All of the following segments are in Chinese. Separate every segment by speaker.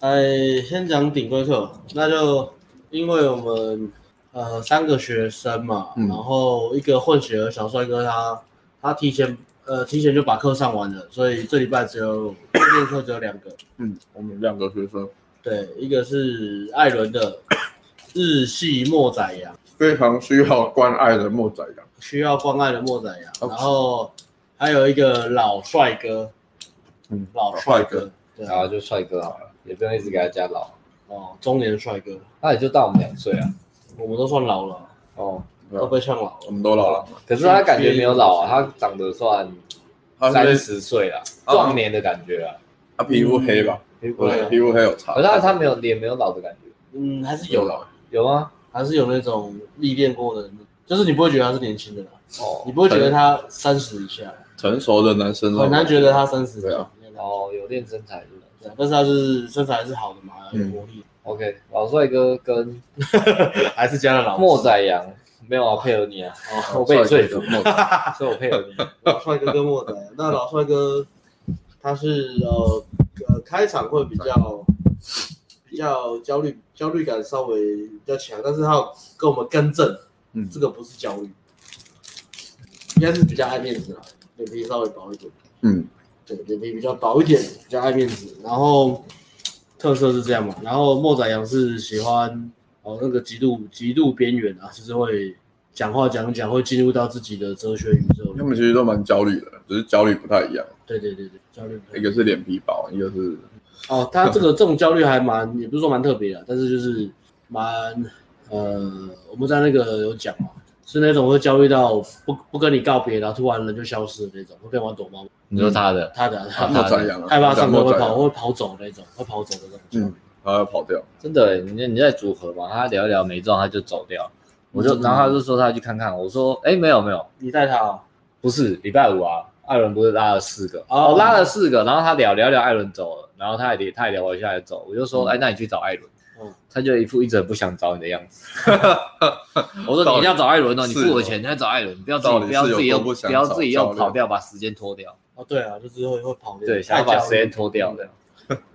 Speaker 1: 哎，先讲顶规课，那就因为我们呃三个学生嘛，
Speaker 2: 嗯
Speaker 1: 然后一个混血儿小帅哥他他提前呃提前就把课上完了，所以这礼拜只有练课只有两个，
Speaker 2: 嗯，我们两个学生
Speaker 1: 对，一个是艾伦的日系莫仔羊，
Speaker 2: 非常需要关爱的莫仔羊，
Speaker 1: 需要关爱的莫仔羊，
Speaker 2: 哦
Speaker 1: 然后还有一个老帅哥，
Speaker 2: 嗯，
Speaker 1: 老
Speaker 2: 老
Speaker 1: 帅
Speaker 2: 帅
Speaker 1: 哥
Speaker 2: 哥，
Speaker 1: 对
Speaker 3: 然后就帅哥好了，也不用一直给他加老，
Speaker 1: 哦，中年帅哥，
Speaker 3: 他也就大我们两岁啊。
Speaker 1: 我们都算老了，
Speaker 3: 哦，
Speaker 2: 对
Speaker 1: 都
Speaker 2: 吧
Speaker 1: 被呛老
Speaker 2: 我
Speaker 1: 了，
Speaker 2: 们都老了，
Speaker 3: 可是他感觉没有老啊，他长得算
Speaker 2: 他
Speaker 3: 三
Speaker 2: 是
Speaker 3: 十岁啊，
Speaker 2: 啊
Speaker 3: 壮年的感觉啊。
Speaker 2: 他皮肤黑吧？我
Speaker 1: 对
Speaker 2: 的皮肤黑有差
Speaker 3: 嗯可，是他他没有脸没有老的感觉，
Speaker 1: 嗯，还是有了。
Speaker 3: 有吗？
Speaker 1: 还是有那种历练过的，就是你不会觉得他是年轻的啦，
Speaker 3: 哦
Speaker 1: 你不会觉得他三十以下，
Speaker 2: 成熟的男生
Speaker 1: 很难觉得他三十。
Speaker 2: 对啊，
Speaker 3: 哦，有练身材是吧
Speaker 1: 对啊，但是他是身材还是好的嘛，有
Speaker 2: 嗯
Speaker 1: 活力，
Speaker 3: ？OK，老帅哥跟
Speaker 1: 还是加了老
Speaker 3: 莫仔羊没有啊，配合你啊，我被你说服，
Speaker 2: 莫仔
Speaker 3: 所以我配合 你。
Speaker 1: 老帅哥跟莫仔。那老帅哥他是呃呃开场会比较比较焦虑，焦虑感稍微比较强，但是他有跟我们更正，
Speaker 2: 嗯
Speaker 1: 这个不是焦虑，应该是比较爱面子啦，脸皮稍微薄一点。
Speaker 2: 嗯，
Speaker 1: 对，脸皮比较薄一点，比较爱面子。然后特色是这样嘛，然后莫仔羊是喜欢哦那个极度极度边缘啊，就是会讲话讲一讲会进入到自己的哲学宇宙
Speaker 2: 他。们其实都蛮焦虑的，只是焦虑不太一样，
Speaker 1: 对对对对，焦虑不太
Speaker 2: 一个是脸皮薄，一个是
Speaker 1: 哦，他这个这种焦虑还蛮，也不是说蛮特别的，啊但是就是蛮呃，我们在那个有讲嘛，是那种会焦虑到不不跟你告别，然后突然人就消失的那种，会跟玩躲猫猫。
Speaker 3: 你说他的，
Speaker 1: 他的他
Speaker 2: 莫
Speaker 1: 的
Speaker 2: 仔羊啊，
Speaker 1: 害怕上课
Speaker 2: 莫
Speaker 1: 会
Speaker 2: 仔
Speaker 1: 跑
Speaker 2: 羊，
Speaker 1: 会跑走那种，会跑走的那种焦虑。
Speaker 2: 嗯他要跑掉，
Speaker 3: 真的欸，你你在组合嘛，他聊一聊没中他就走掉，我就
Speaker 1: 嗯
Speaker 3: 然后他就说他去看看，我说哎没有没有，
Speaker 1: 你带他、哦。
Speaker 3: 不是礼拜五啊，艾伦不是拉了四个
Speaker 1: 哦
Speaker 3: 哦，拉了四个，然后他聊聊聊，艾伦走了，然后他也他也聊完下来走，我就
Speaker 2: 嗯
Speaker 3: 说，
Speaker 2: 哦
Speaker 3: 哎，那你去找艾伦
Speaker 1: 嗯，
Speaker 3: 他就一副一直很不想找你的样 子。我说你一定要找艾伦哦，
Speaker 2: 是
Speaker 3: 你
Speaker 2: 哦
Speaker 3: 付我钱，你要找艾伦，不要自
Speaker 2: 到
Speaker 3: 己
Speaker 2: 底是
Speaker 3: 不要自己
Speaker 2: 有
Speaker 3: 又
Speaker 2: 多不想
Speaker 3: 不要自己
Speaker 2: 找
Speaker 3: 又
Speaker 2: 教练
Speaker 3: 跑掉，把时间拖掉，
Speaker 1: 哦，对啊，就是会会跑的，
Speaker 3: 对，想
Speaker 1: 太
Speaker 3: 要把
Speaker 1: 焦
Speaker 3: 时间
Speaker 1: 虑，
Speaker 3: 拖掉的。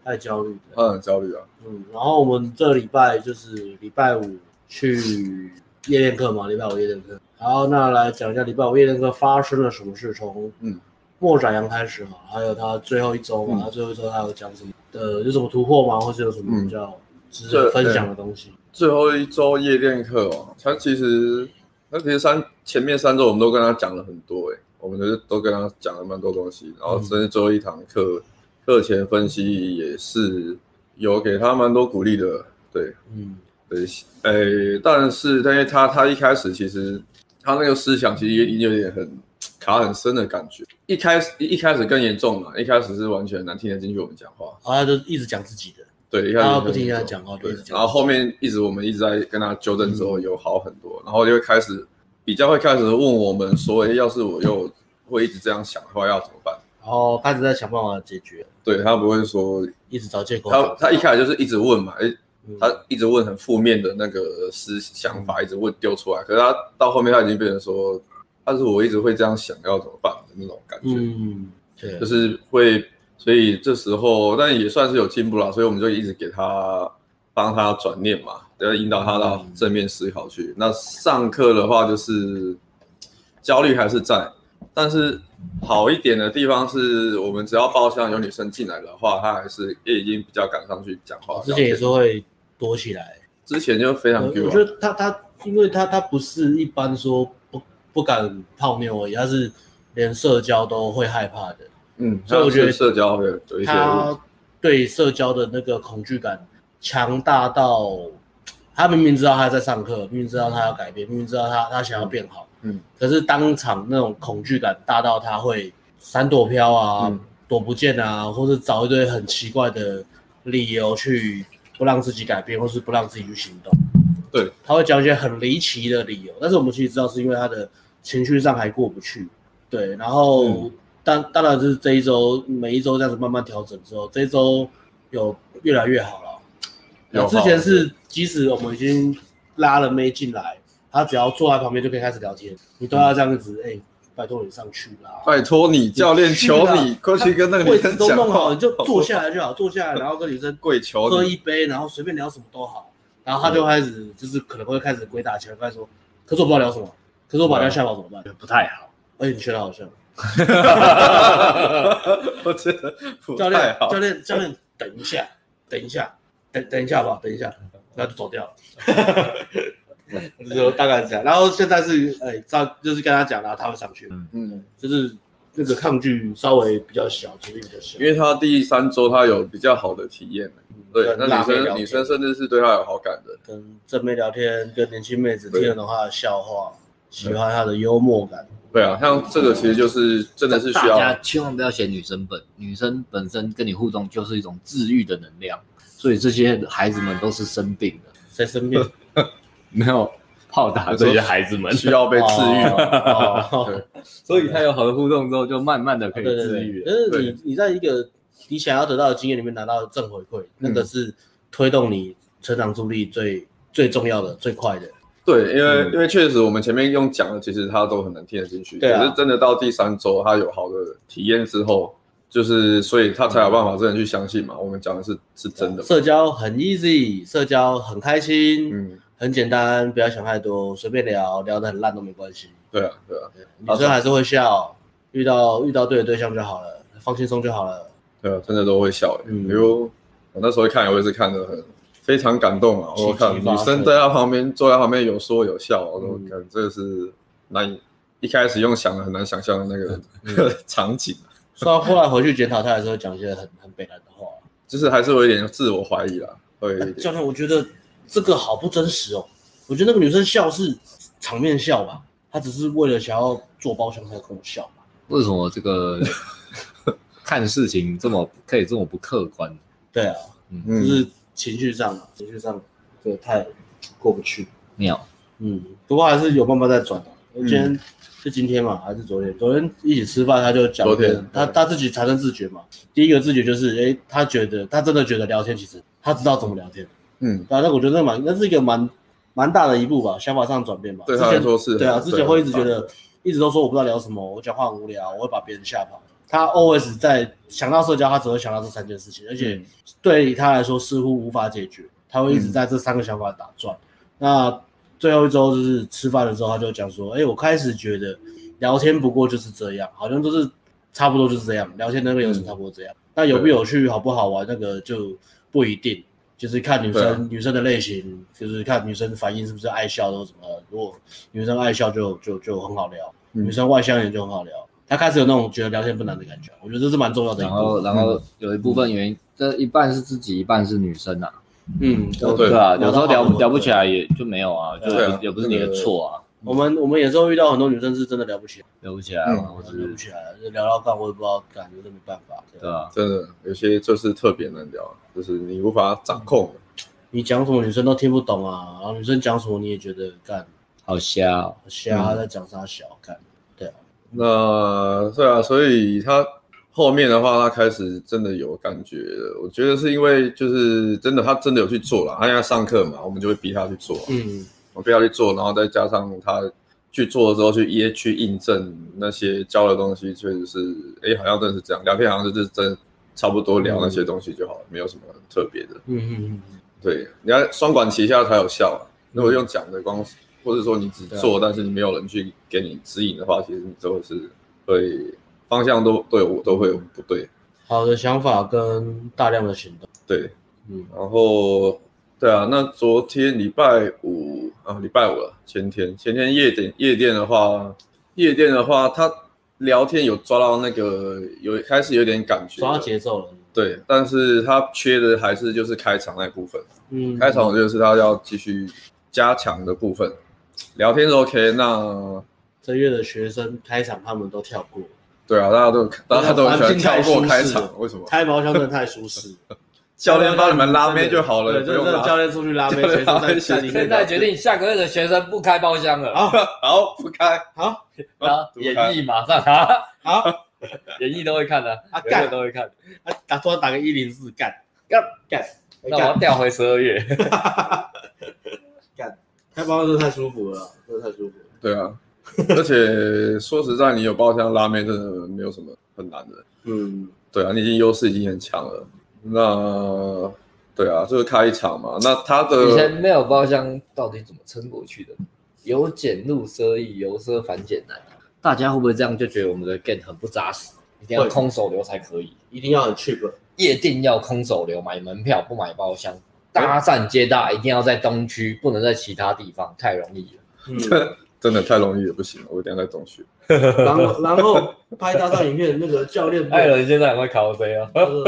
Speaker 1: 太焦虑的。
Speaker 2: 他很焦虑啊，
Speaker 1: 嗯，然后我们这礼拜就是礼拜五去夜练课嘛，礼拜五夜练课。然后那来讲一下礼拜五夜练课发生了什么事，从
Speaker 2: 嗯
Speaker 1: 莫展阳开始嘛，还有他最后一周嘛，
Speaker 2: 嗯
Speaker 1: 他最后一周他有讲什么？呃，有什么突破吗？或是有什么
Speaker 2: 嗯
Speaker 1: 比较值得分享的东西？
Speaker 2: 最后一周夜练课哦，他其实他其实三前面三周我们都跟他讲了很多诶、我们就是都跟他讲了蛮多东西，然后甚至最后一堂课课前分析也是有给他蛮多鼓励的，对，
Speaker 1: 嗯，
Speaker 2: 对，诶、但是但是他他一开始其实他那个思想其实也已经有点很卡很深的感觉，一开始一开始更严重了，一开始是完全难听得进去我们讲话，
Speaker 1: 然后他就一直讲自己的，
Speaker 2: 对，一开始
Speaker 1: 他
Speaker 2: 很
Speaker 1: 不停地
Speaker 2: 严重
Speaker 1: 讲话
Speaker 2: 对
Speaker 1: 一直，讲嗯
Speaker 2: 然后后面一直我们一直在跟他纠正之后有好很多，然后就会开始比较会开始问我们说，哎诶，要是我又会一直这样想的话要怎么办？
Speaker 1: 然后开始在想办法解决，
Speaker 2: 对他不会说
Speaker 1: 一直找借口
Speaker 2: 他
Speaker 1: 找。
Speaker 2: 他一开始就是一直问嘛，诶，
Speaker 1: 嗯
Speaker 2: 他一直问很负面的那个思想法，一直问丢出来，可是他到后面他已经变成说，但是我一直会这样想要怎么办的那种感觉，
Speaker 1: 嗯，对，
Speaker 2: 就是会，所以这时候但也算是有进步啦，所以我们就一直给他帮他转念嘛，要引导他到
Speaker 1: 嗯
Speaker 2: 正面思考去。那上课的话就是焦虑还是在，但是好一点的地方是我们只要包厢有女生进来的话，他还是也已经比较敢上去讲话
Speaker 1: 我。哦之前也
Speaker 2: 聊天
Speaker 1: 是会躲起来。
Speaker 2: 之前就非常 Q
Speaker 1: 我
Speaker 2: 啊
Speaker 1: 我觉得他他，因为他他不是一般说不不敢泡妞而已，他是连社交都会害怕的。
Speaker 2: 嗯，
Speaker 1: 所以我觉得
Speaker 2: 像是社交会有一些
Speaker 1: 他对社交的那个恐惧感强大到，他明明知道他在上课，明明知道他要改变，明明知道他他想要变好，
Speaker 2: 嗯，
Speaker 1: 可是当场那种恐惧感大到他会闪躲飘啊、
Speaker 2: 嗯
Speaker 1: 躲不见啊，或者找一堆很奇怪的理由去不让自己改变，或是不让自己去行动。
Speaker 2: 对，
Speaker 1: 他会讲一些很离奇的理由，但是我们其实知道是因为他的情绪上还过不去。对，然后
Speaker 2: 嗯
Speaker 1: 当、当然就是这一周每一周这样子慢慢调整之后，这一周有越来越好了。
Speaker 2: 有
Speaker 1: 我
Speaker 2: 好
Speaker 1: 之前是即使我们已经拉了妹进来，他只要坐在旁边就可以开始聊天，你都要这样子，哎、拜拜托你上去啦，
Speaker 2: 拜托你，教练
Speaker 1: 去啦
Speaker 2: 求你，快去跟那个
Speaker 1: 位
Speaker 2: 女
Speaker 1: 置
Speaker 2: 生
Speaker 1: 都
Speaker 2: 讲
Speaker 1: 弄好，
Speaker 2: 话，
Speaker 1: 你就坐下来就好，坐下来，然后跟女生
Speaker 2: 跪求
Speaker 1: 喝
Speaker 2: 你，嗯
Speaker 1: 一杯，然后随便聊什么都好。然后他就开始就是可能会开始鬼打墙，开始说，可是我不知道聊什么，可是我把
Speaker 2: 嗯
Speaker 1: 人家吓跑怎么办？不太好。哎，你学的好像
Speaker 2: 我觉得不
Speaker 1: 教
Speaker 2: 太
Speaker 1: 练，
Speaker 2: 好
Speaker 1: 教。练，教练，等一下，等一下，等等一下吧，等一下，那就走掉 了。就大概是这样。然后现在是哎，照就是跟他讲然后他会上去，
Speaker 2: 嗯，
Speaker 1: 就是那个抗拒稍微比较小，阻力比较小嗯
Speaker 2: 因。为他第三周他有比较好的体验，对，那
Speaker 1: 跟
Speaker 2: 女
Speaker 1: 辣妹聊
Speaker 2: 生
Speaker 1: 天
Speaker 2: 女生甚至是对他有好感的，
Speaker 1: 跟正妹聊天，跟年轻妹子
Speaker 2: 对
Speaker 1: 听得懂她的笑话，喜欢她的幽默感。
Speaker 2: 对啊，像这个其实就是真的是需
Speaker 3: 大家
Speaker 2: 要，
Speaker 3: 千万不要嫌女生笨，女生本身跟你互动就是一种治愈的能量，所以这些孩子们都是生病的，
Speaker 1: 谁生病？
Speaker 3: 没有炮打这些孩子们，
Speaker 2: 需 要被治愈。
Speaker 1: 哦哦
Speaker 2: 对
Speaker 3: 所以他有好的互动之后，就慢慢的可以
Speaker 1: 对
Speaker 3: 治
Speaker 1: 对
Speaker 3: 愈
Speaker 1: 对，
Speaker 3: 了。
Speaker 1: 就是你你在一个你想要得到的经验里面拿到正回馈，那
Speaker 2: 嗯
Speaker 1: 个是推动你成长助力最最重要的、最快的。
Speaker 2: 对，因为
Speaker 3: 嗯
Speaker 2: 因为确实我们前面用讲的，其实他都很难听得进去。
Speaker 1: 对啊
Speaker 2: 可是真的到第三周，他有好的体验之后，就是所以他才有办法真的去相信嘛。我们讲的是是真的嘛。
Speaker 1: 社交很 easy，社交很开心，
Speaker 2: 嗯，
Speaker 1: 很简单，不要想太多，随便聊，聊得很烂都没关系。
Speaker 2: 对啊，对啊，
Speaker 1: 女生还是会笑，遇到遇到对的对象就好了，放轻松就好 了。
Speaker 2: 对啊，真的都会笑、欸。
Speaker 1: 嗯
Speaker 2: 比如我那时候看，我也是看的很非常感动啊。
Speaker 1: 起
Speaker 2: 我看
Speaker 1: 鸡
Speaker 2: 女
Speaker 1: 巴
Speaker 2: 生
Speaker 1: 睡
Speaker 2: 在他旁边坐在旁边有说有笑，我都
Speaker 1: 嗯
Speaker 2: 感这个是难以一开始用想的很难想象的那个、
Speaker 1: 嗯
Speaker 2: 场景，啊
Speaker 1: 虽然后来回去检讨他的时候讲一些很很北南的话，
Speaker 2: 就是还是会有一点自我怀疑啦，会有 一
Speaker 1: 教
Speaker 2: 点。
Speaker 1: 练，我觉得这个好不真实哦。我觉得那个女生笑是场面笑吧，她只是为了想要做包厢才跟我笑吧。
Speaker 3: 为什么这 个看事情这么可以这么不客观？
Speaker 1: 对啊，就
Speaker 2: 嗯，
Speaker 1: 是情绪上嘛，情绪上这个太过不去。
Speaker 3: 妙，
Speaker 1: 嗯，不过还是有慢慢在转的。我
Speaker 2: 嗯
Speaker 1: 今天是今天嘛，还是昨天？昨天一起吃饭，他就讲了，
Speaker 2: 昨天
Speaker 1: 他
Speaker 2: 对
Speaker 1: 他自己产生自觉嘛。第一个自觉就是，诶，他觉得他真的觉得聊天，其实他知道怎么聊天。
Speaker 2: 嗯，
Speaker 1: 对啊，那我觉得那蛮，那是一个蛮蛮大的一步吧，想法上转变吧。
Speaker 2: 对
Speaker 1: 之
Speaker 2: 他来
Speaker 1: 前
Speaker 2: 说是
Speaker 1: 对啊，
Speaker 2: 很
Speaker 1: 之前会一直觉
Speaker 2: 对
Speaker 1: 得，一直都说我不知道聊什么，我讲话很无聊，我会把别人吓跑。他 always 在想到社交，他只会想到这三件事情，而
Speaker 2: 嗯
Speaker 1: 且对他来说似乎无法解决，他会一直在这三个想法打转。那最后一周就是吃饭的时候，他就讲说：“哎、我开始觉得聊天不过就是这样，好像就是差不多就是这样，聊天那个
Speaker 2: 嗯
Speaker 1: 流程差不多这样。那有不有趣、好不好玩，那个就不一定，就是看女
Speaker 2: 对
Speaker 1: 生
Speaker 2: 啊
Speaker 1: 女生的类型，就是看女生反应是不是爱笑或什么。如果女生爱笑就就就很好聊，
Speaker 2: 嗯
Speaker 1: 女生外向一点就很好聊。他开始有那种觉得聊天不难的感觉，我觉得这是蛮重要的一
Speaker 3: 然
Speaker 1: 步。
Speaker 3: 后然后有一部分原因，这一半是自己，一半是女生啊。
Speaker 1: 嗯，
Speaker 2: 哦对
Speaker 3: 对啊，
Speaker 1: 有
Speaker 3: 有时候聊
Speaker 1: 道理
Speaker 3: 聊不起来也就没有啊，就
Speaker 2: 对啊
Speaker 3: 也不是你的错啊，
Speaker 1: 我们我们有时候遇到很多女生是真的聊不起来，
Speaker 3: 聊不起来
Speaker 2: 嗯
Speaker 3: 嘛，我只
Speaker 1: 聊不
Speaker 3: 是
Speaker 1: 起来，就聊到干我也不知道干，我都没办法。对
Speaker 3: 对啊，
Speaker 2: 真的有些就是特别难聊，就是你无法掌控。
Speaker 1: 你讲什么女生都听不懂啊，然后女生讲什么你也觉得干
Speaker 3: 好瞎哦。
Speaker 1: 瞎，她在讲啥小干，对啊，
Speaker 2: 那对啊，所以他后面的话，他开始真的有感觉了。我觉得是因为就是真的，他真的有去做了。他现在上课嘛，我们就会逼他去做啊、
Speaker 1: 嗯，
Speaker 2: 我逼他去做，然后再加上他去做了之后去也去印证那些教的东西，确实是哎，好像真的是这样。聊天好像就是真的差不多聊那些东西就好了，没有什么很特别的。
Speaker 1: 嗯嗯嗯，
Speaker 2: 对，你要双管齐下才有效啊。如果用讲的光，或者说你只做，但是你没有人去给你指引的话，其实你都是会方向都都有都会有不对。
Speaker 1: 好的想法跟大量的行动，
Speaker 2: 对，
Speaker 1: 嗯，
Speaker 2: 然后对啊，那昨天礼拜五啊，礼拜五了，前天前天夜店夜店的话，夜店的话，他聊天有抓到那个有开始有点感觉，
Speaker 1: 抓到节奏了，
Speaker 2: 对，但是他缺的还是就是开场那一部分。
Speaker 1: 嗯，
Speaker 2: 开场我觉得是他要继续加强的部分。聊天是 OK，那
Speaker 1: 这月的学生开场他们都跳过，
Speaker 2: 对啊，大家都大家都很喜欢跳过
Speaker 1: 环
Speaker 2: 开
Speaker 1: 境太舒适了
Speaker 2: 场，为什么？
Speaker 1: 开毛箱真的太舒适，
Speaker 2: 教练帮你们拉妹就好了，
Speaker 1: 对，
Speaker 2: 不
Speaker 1: 就是
Speaker 2: 用
Speaker 1: 那种
Speaker 2: 拉
Speaker 1: 教。练出去拉妹，
Speaker 2: 教
Speaker 1: 学
Speaker 2: 练拉
Speaker 1: 生
Speaker 2: 妹
Speaker 1: 在在里面
Speaker 3: 现
Speaker 1: 聊
Speaker 3: 在决定下个月的学生不开包厢了，
Speaker 1: 好
Speaker 2: 好，不开。
Speaker 1: 好
Speaker 3: 啊，
Speaker 2: 不
Speaker 3: 演
Speaker 2: 开
Speaker 3: 绎马上啊，
Speaker 1: 好，
Speaker 3: 演绎都会看的，
Speaker 1: 啊
Speaker 3: 永远
Speaker 1: 干
Speaker 3: 都会看。
Speaker 1: 啊打突然打个一零四干干干
Speaker 3: 那我要
Speaker 1: 哎干，
Speaker 3: 调回十二月，
Speaker 1: 开毛箱真的太舒服了，真的太舒服了。
Speaker 2: 对啊， 而且说实在，你有包厢拉妹真的没有什么很难的。
Speaker 1: 嗯，
Speaker 2: 对啊，你已经优势已经很强了。那对啊，就是开一场嘛。那他
Speaker 4: 以前
Speaker 2: 的
Speaker 4: 没有包厢，到底怎么撑过去的？由俭入奢易，由奢反俭难。大家会不会这样就觉得我们的 game 很不扎实？一定要
Speaker 1: 会
Speaker 4: 空手流才可以，
Speaker 1: 一定要很 cheap，
Speaker 4: 夜店要空手流，买门票不买包厢，搭讪接大一定要在东区，不能在其他地方，太容易了。
Speaker 1: 嗯，
Speaker 2: 真的太容易也不行了，我一定要再东区。
Speaker 1: 然后然后拍搭讪影片那个教练
Speaker 4: 艾伦现在很会考 C 啊，
Speaker 1: 他说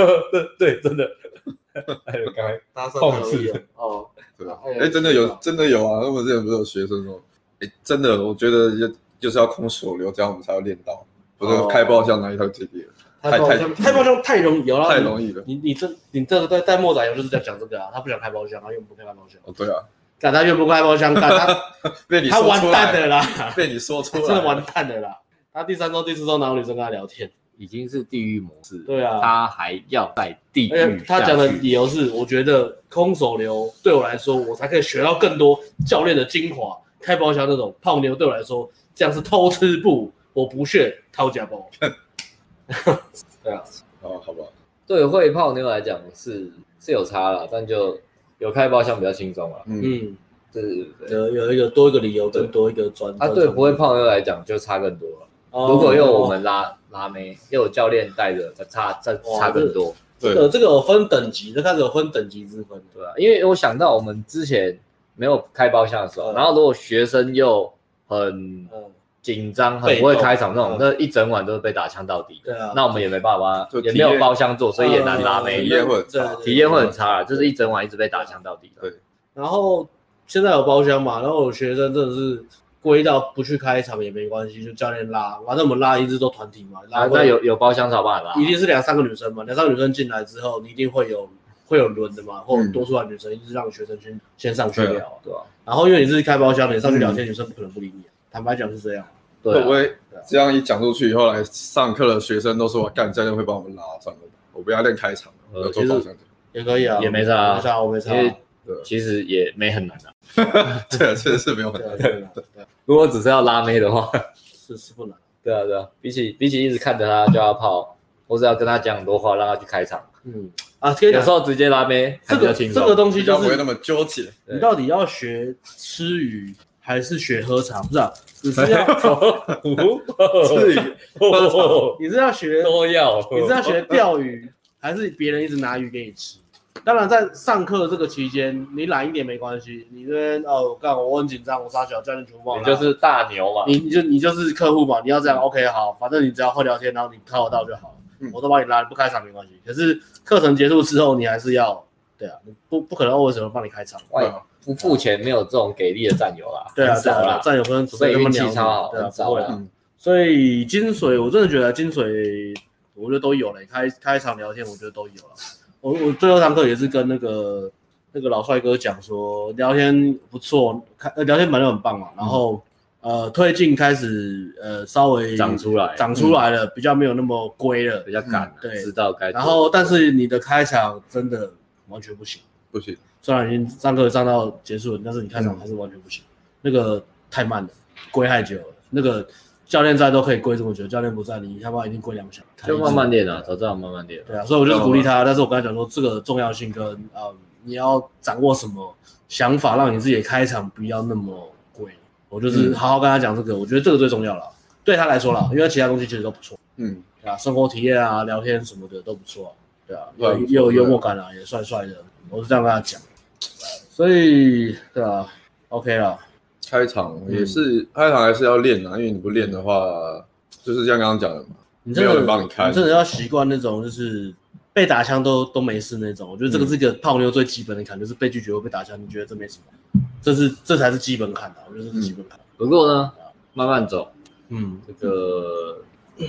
Speaker 4: 对，真的。 艾伦刚才
Speaker 1: 搭讪太容易了哦，
Speaker 2: 对啊，
Speaker 1: 哎
Speaker 2: 哎、真的有，真的有啊！那我之前不是有学生说，哎、真的，我觉得就就是要空手流，这样我们才会练到。不是
Speaker 1: 哦
Speaker 2: 开爆像哪一套体力了，
Speaker 1: 开包厢开包厢太容易了，
Speaker 2: 太
Speaker 1: 易。
Speaker 2: 容易了。
Speaker 1: 你你这你这个在在莫仔游就是在讲这个啊，他不想开包厢，他又不开包厢，
Speaker 2: 哦，对啊，
Speaker 1: 干他又不开包厢，干 他
Speaker 2: 被你
Speaker 1: 他
Speaker 2: 说出
Speaker 1: 完
Speaker 2: 来
Speaker 1: 蛋了啦，
Speaker 2: 被你说出
Speaker 1: 真
Speaker 2: 来，
Speaker 1: 的完蛋了啦。他第三周、第四周哪有女生跟他聊天？
Speaker 3: 已经是地狱模式，
Speaker 1: 对啊
Speaker 3: 他还要在地
Speaker 4: 哎
Speaker 1: 而且
Speaker 3: 狱
Speaker 1: 哎他
Speaker 3: 下
Speaker 1: 讲的
Speaker 3: 去
Speaker 1: 理由是，我觉得空手流对我来说，我才可以学到更多教练的精华。开包厢那种泡妞对我来说，这样是偷吃不，我不屑掏假包。
Speaker 2: 哦，好吧，
Speaker 4: 对会泡妞来讲是是有差了，但就有开包厢比较轻松了。
Speaker 2: 嗯，
Speaker 1: 嗯，
Speaker 4: 对对 对对。
Speaker 1: 有有一个多一个理由跟
Speaker 4: 对
Speaker 1: 多一个专哦
Speaker 4: 啊，对不会，泡妞来讲就差更多了。如果
Speaker 1: 用
Speaker 4: 用我们拉拉妹，又有教练带着，再差再
Speaker 1: 哇
Speaker 4: 差更多，
Speaker 1: 这
Speaker 2: 对，
Speaker 1: 个这个有分等级的，它是有分等级之分的。嗯
Speaker 4: 对啊，因为我想到我们之前没有开包厢的时候，
Speaker 1: 嗯
Speaker 4: 然后如果学生又很
Speaker 1: 嗯，
Speaker 4: 紧张，很
Speaker 1: 被
Speaker 4: 不
Speaker 1: 动
Speaker 4: 会开场那种
Speaker 1: 嗯，
Speaker 4: 那一整晚都是被打枪到底的。
Speaker 1: 对啊，
Speaker 4: 那我们也没办法
Speaker 2: 就，
Speaker 4: 也
Speaker 2: 体
Speaker 4: 没
Speaker 2: 验
Speaker 4: 有包厢做，所以也难
Speaker 1: 嗯
Speaker 4: 拉
Speaker 2: 啊体
Speaker 4: 妹，
Speaker 2: 验会很
Speaker 1: 对
Speaker 2: 差，
Speaker 4: 体验会很
Speaker 1: 嗯
Speaker 4: 差啦，就是一整晚一直被打枪到底的。
Speaker 2: 对
Speaker 1: 然后现在有包厢嘛，然后有学生真的是归到不去开场也没关系，就教练拉，反正我们拉一直都团体嘛，拉
Speaker 4: 啊，
Speaker 1: 会
Speaker 4: 那有有包厢才有办法拉。
Speaker 1: 一定是两三个女生嘛，两三个女生进来之后，你一定会有会有轮的嘛，或者多出来女生一直让学生先先上去
Speaker 2: 对
Speaker 1: 聊，
Speaker 4: 嗯对啊，嗯
Speaker 1: 然后因为你是开包厢，你上去聊天，女生不可能不理你啊，坦白讲是这样。
Speaker 4: 对
Speaker 2: 会
Speaker 4: 啊，
Speaker 2: 不会这样一讲出去以后，来上课的学生都说，干教练会帮我们拉上课，我不要练开场，
Speaker 1: 呃
Speaker 2: 我要做包厢。
Speaker 1: 也可以啊，
Speaker 4: 也没差啊
Speaker 1: 没差，我没差啊。
Speaker 4: 因为
Speaker 2: 对啊
Speaker 4: 其实也没很难啊。
Speaker 2: 对啊，确实是没有很
Speaker 1: 对啊
Speaker 2: 难。
Speaker 1: 对啊，对啊
Speaker 4: 如果只是要拉妹的话，
Speaker 1: 是是不难。
Speaker 4: 对啊对啊，比起比起一直看着他就要泡，或者要跟他讲很多话让他去开场，
Speaker 1: 嗯啊，跟你
Speaker 4: 有
Speaker 1: 讲
Speaker 4: 时，候直接拉妹还
Speaker 1: 这
Speaker 4: 比较
Speaker 1: 个
Speaker 4: 轻
Speaker 1: 这
Speaker 4: 松。
Speaker 1: 个东
Speaker 2: 比
Speaker 1: 西
Speaker 2: 较
Speaker 1: 就
Speaker 2: 不会
Speaker 1: 是
Speaker 2: 那么纠结。
Speaker 1: 你到底要学吃鱼还是学喝茶？不是啊，你 是要啊
Speaker 2: 至于
Speaker 1: 你是要学
Speaker 4: 都要，
Speaker 1: 你是要
Speaker 4: 呃
Speaker 1: 学钓鱼，还是别人一直拿鱼给你吃？当然，在上课这个期间，你懒一点没关系。你这边哦，干我很紧张，我撒小教练全部帮我
Speaker 4: 你
Speaker 1: 拉
Speaker 4: 就是大牛嘛。
Speaker 1: 啊你你就你就是客户嘛，你要这样 OK 好，反正你只要会聊天，然后你靠得到就好了，
Speaker 2: 嗯
Speaker 1: 我都帮你拉，不开场没关系。可是课程结束之后，你还是要对啊，你不不可能 always 有人帮你开场，
Speaker 4: 外不付钱没有这种给力的战友啦，
Speaker 1: 对啊，
Speaker 4: 很
Speaker 1: 对
Speaker 4: 少
Speaker 1: 啊，
Speaker 4: 啦。
Speaker 1: 战友分
Speaker 4: 除非运气超好
Speaker 1: 对啊，
Speaker 4: 很少
Speaker 1: 不会啊
Speaker 4: 啦
Speaker 2: 嗯
Speaker 1: 所以精髓，我真的觉得精髓，我觉得都有了。开开场聊天，我觉得都有了。我我最后堂课也是跟那个那个老帅哥讲说，聊天不错，开呃聊天本来就很棒嘛。然后、呃，推进开始呃稍微
Speaker 3: 嗯长出来，嗯
Speaker 1: 长出来了，比较没有那么龟了
Speaker 3: 比。较敢啊，
Speaker 1: 嗯对
Speaker 3: 知道该做。
Speaker 1: 然后但是你的开场真的完全不行，
Speaker 2: 不行，
Speaker 1: 虽然已经上课上到结束了，但是你开
Speaker 3: 嗯
Speaker 1: 场还是完全不行，那个太慢了，归太久了。那个教练在都可以归这么久，教练不在你他妈已经归两小时，
Speaker 3: 就慢慢练啊，早知道慢慢练啊。
Speaker 1: 对啊，所以我就是鼓励他，但是我跟他讲说，这个重要性跟呃，你要掌握什么想法，让你自己的开场不要那么贵。我就是
Speaker 2: 嗯
Speaker 1: 好好跟他讲这个，我觉得这个最重要了，对他来说啦，因为其他东西其实都不错，
Speaker 2: 嗯，
Speaker 1: 对啊，生活体验啊、聊天什么的都不错、啊，对啊，
Speaker 2: 对啊
Speaker 1: 有也有幽默感啊，也帅帅的，我是这样跟他讲，所以对啊，OK 啦，
Speaker 2: 开场
Speaker 1: 嗯
Speaker 2: 也是、开场还是要练啊，因为你不练的话，就是像刚刚讲的嘛，
Speaker 1: 你
Speaker 2: 没
Speaker 1: 真
Speaker 2: 有人
Speaker 1: 的
Speaker 2: 帮你开，
Speaker 1: 你真的要习惯那种就是被打枪都都没事那种。我觉得这个
Speaker 2: 嗯
Speaker 1: 是一个泡妞最基本的坎，就是被拒绝或被打枪，你觉得这没什么，这是这才是基本坎啊，我觉得这是基本坎。
Speaker 3: 不过呢，慢慢走，
Speaker 1: 嗯，
Speaker 3: 这个
Speaker 4: 嗯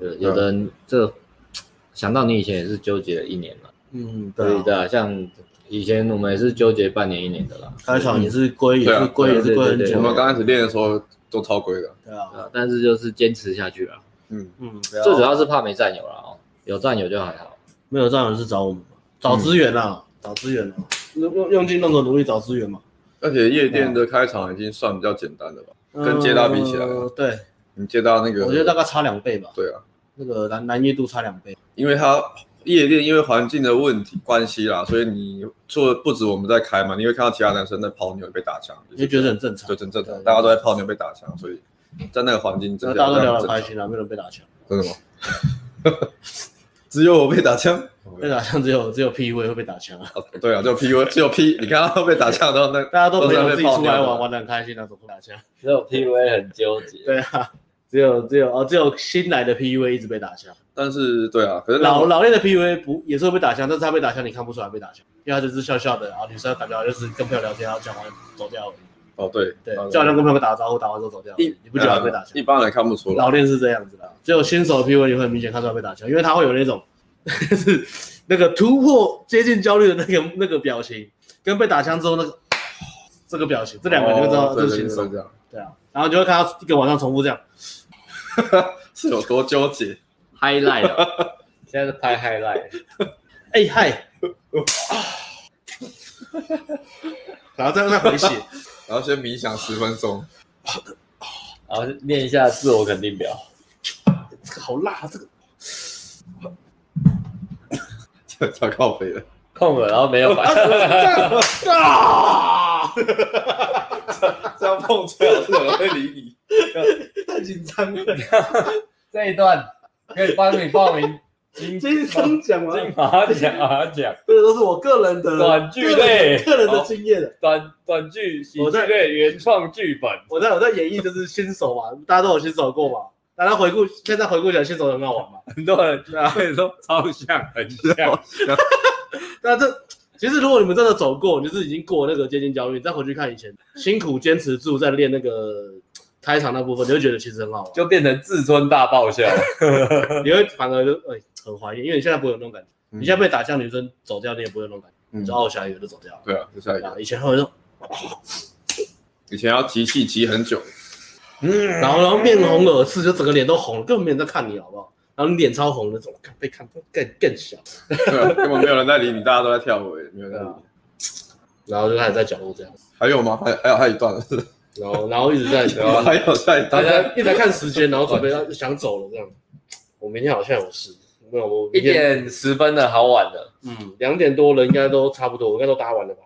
Speaker 3: 呃，有的人这个想到你以前也是纠结了一年嘛，
Speaker 1: 嗯，
Speaker 3: 所
Speaker 1: 对
Speaker 3: 以
Speaker 1: 啊，
Speaker 3: 对啊，像以前我们也是纠结半年一年的啦，
Speaker 1: 开场也是归也
Speaker 2: 对
Speaker 1: 是
Speaker 2: 啊
Speaker 1: 归也是归很
Speaker 3: 对
Speaker 1: 久
Speaker 2: 我们
Speaker 1: 啊，
Speaker 2: 刚开始练的时候都超规的，
Speaker 1: 对
Speaker 3: 对啊
Speaker 1: 啊，
Speaker 3: 但是就是坚持下去了，
Speaker 2: 嗯，
Speaker 1: 嗯，
Speaker 3: 最
Speaker 4: 啊
Speaker 1: 最
Speaker 3: 主要是怕没战友了哦，有战友就还好，
Speaker 1: 没
Speaker 2: 嗯
Speaker 1: 有这样人是找我们嘛，找资源啊，找资源啊，用用用尽任何努力找资源嘛，
Speaker 2: 而且夜店的开场已经算比较简单了吧？跟街道比起来啊
Speaker 1: 呃对，
Speaker 2: 你接到那个，
Speaker 1: 我觉得大概差两倍吧，
Speaker 2: 对啊，
Speaker 1: 那个难难易度差两倍。
Speaker 2: 因为它夜店因为环境的问题关系啦，所以你除了不止我们在开嘛，你会看到其他男生在泡妞被打枪，
Speaker 1: 你就觉得很正常
Speaker 2: 嗯就很正常，
Speaker 1: 对
Speaker 2: 大家都在泡妞被打枪，所以在那个环境之
Speaker 1: 那
Speaker 2: 下，
Speaker 1: 大家都聊得
Speaker 2: 这
Speaker 1: 很
Speaker 2: 样
Speaker 1: 开
Speaker 2: 很正
Speaker 1: 心啊，没有人被打枪，
Speaker 2: 常真的吗？ 只有我被打枪，
Speaker 1: 被打枪只有只有 P 会会被打枪啊，
Speaker 2: 哦对啊，就 P U，只有 P，你看到被打枪然后那
Speaker 1: 大家都朋友
Speaker 2: 在
Speaker 1: 自己
Speaker 2: 泡
Speaker 1: 出
Speaker 2: 妞
Speaker 1: 来
Speaker 2: 的
Speaker 1: 玩玩得很开心啊，怎么会打 枪？
Speaker 4: 只有 PUA 很纠结。
Speaker 1: 对啊，只有只有哦，只有新来的 P U A 一直被打枪，
Speaker 2: 但是对啊，可是
Speaker 1: 老老练的 P U A 不也是会被打枪，但是他被打枪你看不出来被打枪，因为他只是笑笑的，然啊后女生感觉好像就是跟朋友聊天，然后讲完走掉而已，
Speaker 2: 哦对
Speaker 1: 对，
Speaker 2: 啊
Speaker 1: 就好像跟朋友打招呼，打完之后走掉而已，
Speaker 2: 一
Speaker 1: 你不觉得他被打
Speaker 2: 呃
Speaker 1: 枪
Speaker 2: 一？般人看不出来
Speaker 1: 老，练是这样子的，只有新手的 P U A 你会很明显看出来被打枪，因为他会有那种是那个突破接近焦虑的那个那个表情，跟被打枪之后那个 这个表情，这两个你就知道
Speaker 2: 哦
Speaker 1: 这
Speaker 2: 对
Speaker 1: 是
Speaker 2: 对
Speaker 1: 新
Speaker 2: 对
Speaker 1: 手
Speaker 2: 对，这样
Speaker 1: 对啊，然后你就会看到一个晚上重复这样。
Speaker 2: 是有多纠结。
Speaker 3: highlight 啊，
Speaker 4: 现在是拍 highlight，
Speaker 1: 哎 嗨，然后再再回写，
Speaker 2: 然后先冥想十分钟，
Speaker 4: 然后念一下自我肯定表。
Speaker 1: 这个 好辣，这个
Speaker 2: 这超靠北了。
Speaker 4: 空了，然后没有 反应。
Speaker 1: 啊，
Speaker 2: 这样碰最好是有人会理
Speaker 1: 太紧张了，
Speaker 4: 这一段可以帮你报名金
Speaker 1: 紧张讲完，
Speaker 4: 金马奖奖
Speaker 1: 这个都是我个人的
Speaker 4: 短剧
Speaker 1: 个人
Speaker 4: 类哦
Speaker 1: 个人的经验的。
Speaker 4: 短短剧喜
Speaker 1: 我
Speaker 4: 剧
Speaker 1: 在
Speaker 4: 类原创剧本。
Speaker 1: 我在我在演绎就是新手嘛，大家都有新手过嘛，大家回顾现在回顾起来新手很好玩嘛，
Speaker 4: 很多人
Speaker 1: 对啊，
Speaker 4: 跟你说超像，很像。
Speaker 1: 那这。其实，如果你们真的走过，你就是已经过那个接近焦虑，你再回去看以前辛苦坚持住在练那个开场那部分，你会觉得其实很好玩。
Speaker 4: 就变成自尊大爆 笑，
Speaker 1: 你会反而就哎、很怀念，因为你现在不会有那种感觉。
Speaker 2: 嗯
Speaker 1: 你现在被打向女生走掉，你也不会有那种感觉，
Speaker 2: 你
Speaker 1: 你就。哦下一个就走掉了。
Speaker 2: 嗯对啊，就下一
Speaker 1: 对啊
Speaker 2: 个。
Speaker 1: 以前会有那种，
Speaker 2: 以前要集气集很久，
Speaker 4: 嗯
Speaker 1: 然后然后面红耳赤，就整个脸都红了，根本没人在看你，好不好？然后你脸超红的，怎么看被看更更小？
Speaker 2: 对啊根本没有人在理你，大家都在跳舞，没有人在
Speaker 1: 啊
Speaker 2: 理你。
Speaker 1: 然后就开始在角落这样，
Speaker 2: 还有吗？还还有还有一段了，是吧
Speaker 1: 然后然后一直在，然 后
Speaker 2: 还有下一
Speaker 1: 大
Speaker 2: 段。
Speaker 1: 家一直在看时间，然后准备要想走了这样。我明天好像有事，没有我
Speaker 4: 一
Speaker 1: 明天
Speaker 4: 点十分的好晚了，
Speaker 1: 嗯两点多了，应该都差不多，我应该都搭完了吧？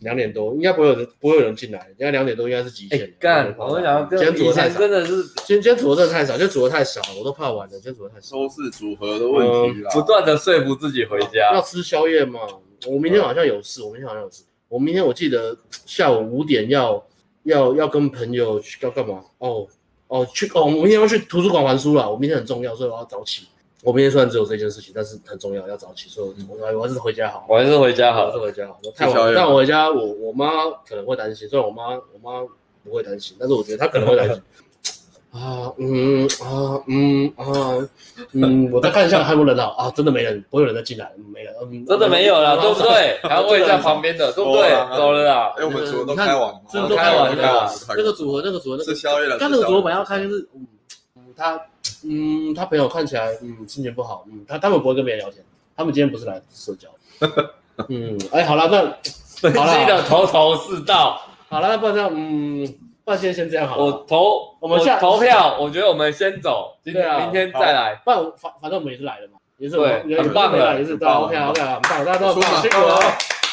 Speaker 1: 两点多应该不会有人不会有人进来，应该两点多应该是极限了。
Speaker 4: 哎干！我跟你讲，
Speaker 1: 今天
Speaker 4: 以
Speaker 1: 煮的太
Speaker 4: 前
Speaker 1: 少。
Speaker 4: 真的是
Speaker 1: 今天今天煮的真的太少，今天煮的太少了，我都怕晚了。今天煮的太少，
Speaker 2: 收视组合的问题啦，
Speaker 1: 呃
Speaker 4: 不断的说服自己回
Speaker 1: 要
Speaker 4: 家，
Speaker 1: 吃宵夜嘛？我明天好像有事，我明天好像有事。我明天我记得下午五点要要要跟朋友去要干嘛？哦哦去哦，我明天要去图书馆还书啦。我明天很重要，所以我要早起。我明天虽然只有这件事情，但是很重要，要早起，所以我我我还是回家好。
Speaker 4: 我还是回家好
Speaker 1: 我还是
Speaker 4: 了。
Speaker 1: 回家好。我太晚
Speaker 2: 宵夜
Speaker 1: 了，
Speaker 2: 吧
Speaker 1: 但我回家我我妈可能会担心，虽然我妈我妈不会担心，但是我觉得她可能会担心。啊，嗯，啊，嗯，啊，嗯，我再看一下还有没有人啊？啊，真的没人，不会有人再进来，没人，嗯，
Speaker 4: 真的没有 了，对不？对？还要问一下旁边的，对不对
Speaker 2: 多了？啦
Speaker 4: 走了啦
Speaker 2: 因，哎为我们组合都开完了嘛，
Speaker 1: 这个
Speaker 4: 都开完了
Speaker 2: 开完了
Speaker 1: 那个组合，那个组合，那
Speaker 2: 吃
Speaker 1: 个
Speaker 2: 宵夜了。
Speaker 1: 刚那个组合
Speaker 2: 合
Speaker 1: 本来要看就是，嗯，嗯他，嗯，他朋友看起来，嗯，心情不好，嗯，他他们不会跟别人聊天，他们今天不是来社交。嗯，哎，好了，那
Speaker 4: 分
Speaker 1: 好啦
Speaker 4: 析的头头是道。
Speaker 1: 好了，那不然这样，嗯，不然今天先这样好了。
Speaker 4: 我投，
Speaker 1: 我们下
Speaker 4: 投票，我觉得我们先走，今
Speaker 1: 对啊
Speaker 4: 明天再来。
Speaker 1: 不然我反反正我们也是来了嘛，也是
Speaker 4: 对
Speaker 1: 我们也是
Speaker 4: 很棒
Speaker 1: 也是
Speaker 4: 了
Speaker 1: 也是
Speaker 2: 很
Speaker 1: 对啊
Speaker 2: 棒
Speaker 1: ，OK
Speaker 2: 很棒
Speaker 1: OK，很棒，大家都很
Speaker 2: 出
Speaker 1: 棒，
Speaker 2: 马
Speaker 1: 辛苦了。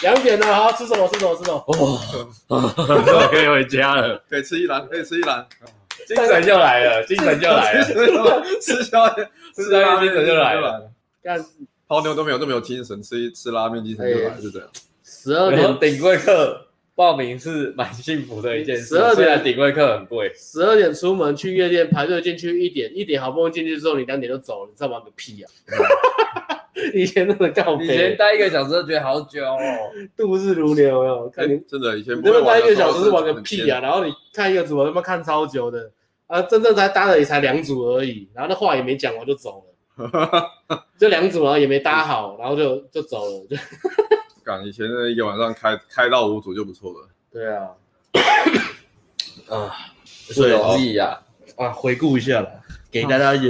Speaker 1: 两点了，好，吃什么吃什么吃什么。
Speaker 4: 哦， 我可以回家了，
Speaker 2: 可以吃一篮，可以吃一篮，
Speaker 4: 精神就来了，精神就来了。
Speaker 2: 吃宵夜，
Speaker 4: 吃宵夜精神就来了
Speaker 2: 了。
Speaker 1: 干
Speaker 2: 泡妞都没有那么有精神，吃一吃拉面精神就
Speaker 1: 哎
Speaker 2: 来，是这样。
Speaker 1: 十二
Speaker 4: 然后
Speaker 1: 点，
Speaker 4: 顶贵客报名是蛮幸福的一件事，
Speaker 1: 12点
Speaker 4: 虽然顶贵客很贵，
Speaker 1: 十二点出门去夜店排队进去一点，一点好不容易进去之后，你两点就走了，你再玩个屁呀！ 以前真的告
Speaker 4: 以前
Speaker 1: 别，
Speaker 4: 待一个小时都觉得好久哦，
Speaker 1: 度日如年，有没有？看你
Speaker 2: 哎真的以前
Speaker 1: 你
Speaker 2: 不
Speaker 1: 这
Speaker 2: 会
Speaker 1: 边待
Speaker 2: 玩
Speaker 1: 一
Speaker 2: 的
Speaker 1: 个
Speaker 2: 时候
Speaker 1: 小时是玩个
Speaker 2: 很
Speaker 1: 屁
Speaker 2: 闲
Speaker 1: 啊！然后你看一个组，我他妈看超久的，啊，真正才搭了也才两组而已，然后那话也没讲完就走了，就两组然后啊也没搭好，然后就就走了，就
Speaker 2: 干以前的一个晚上开开到五组就不错了。
Speaker 1: 对啊，啊，
Speaker 4: 所
Speaker 1: 所以
Speaker 4: 以意呀，
Speaker 1: 啊，回顾一下了，给大家一些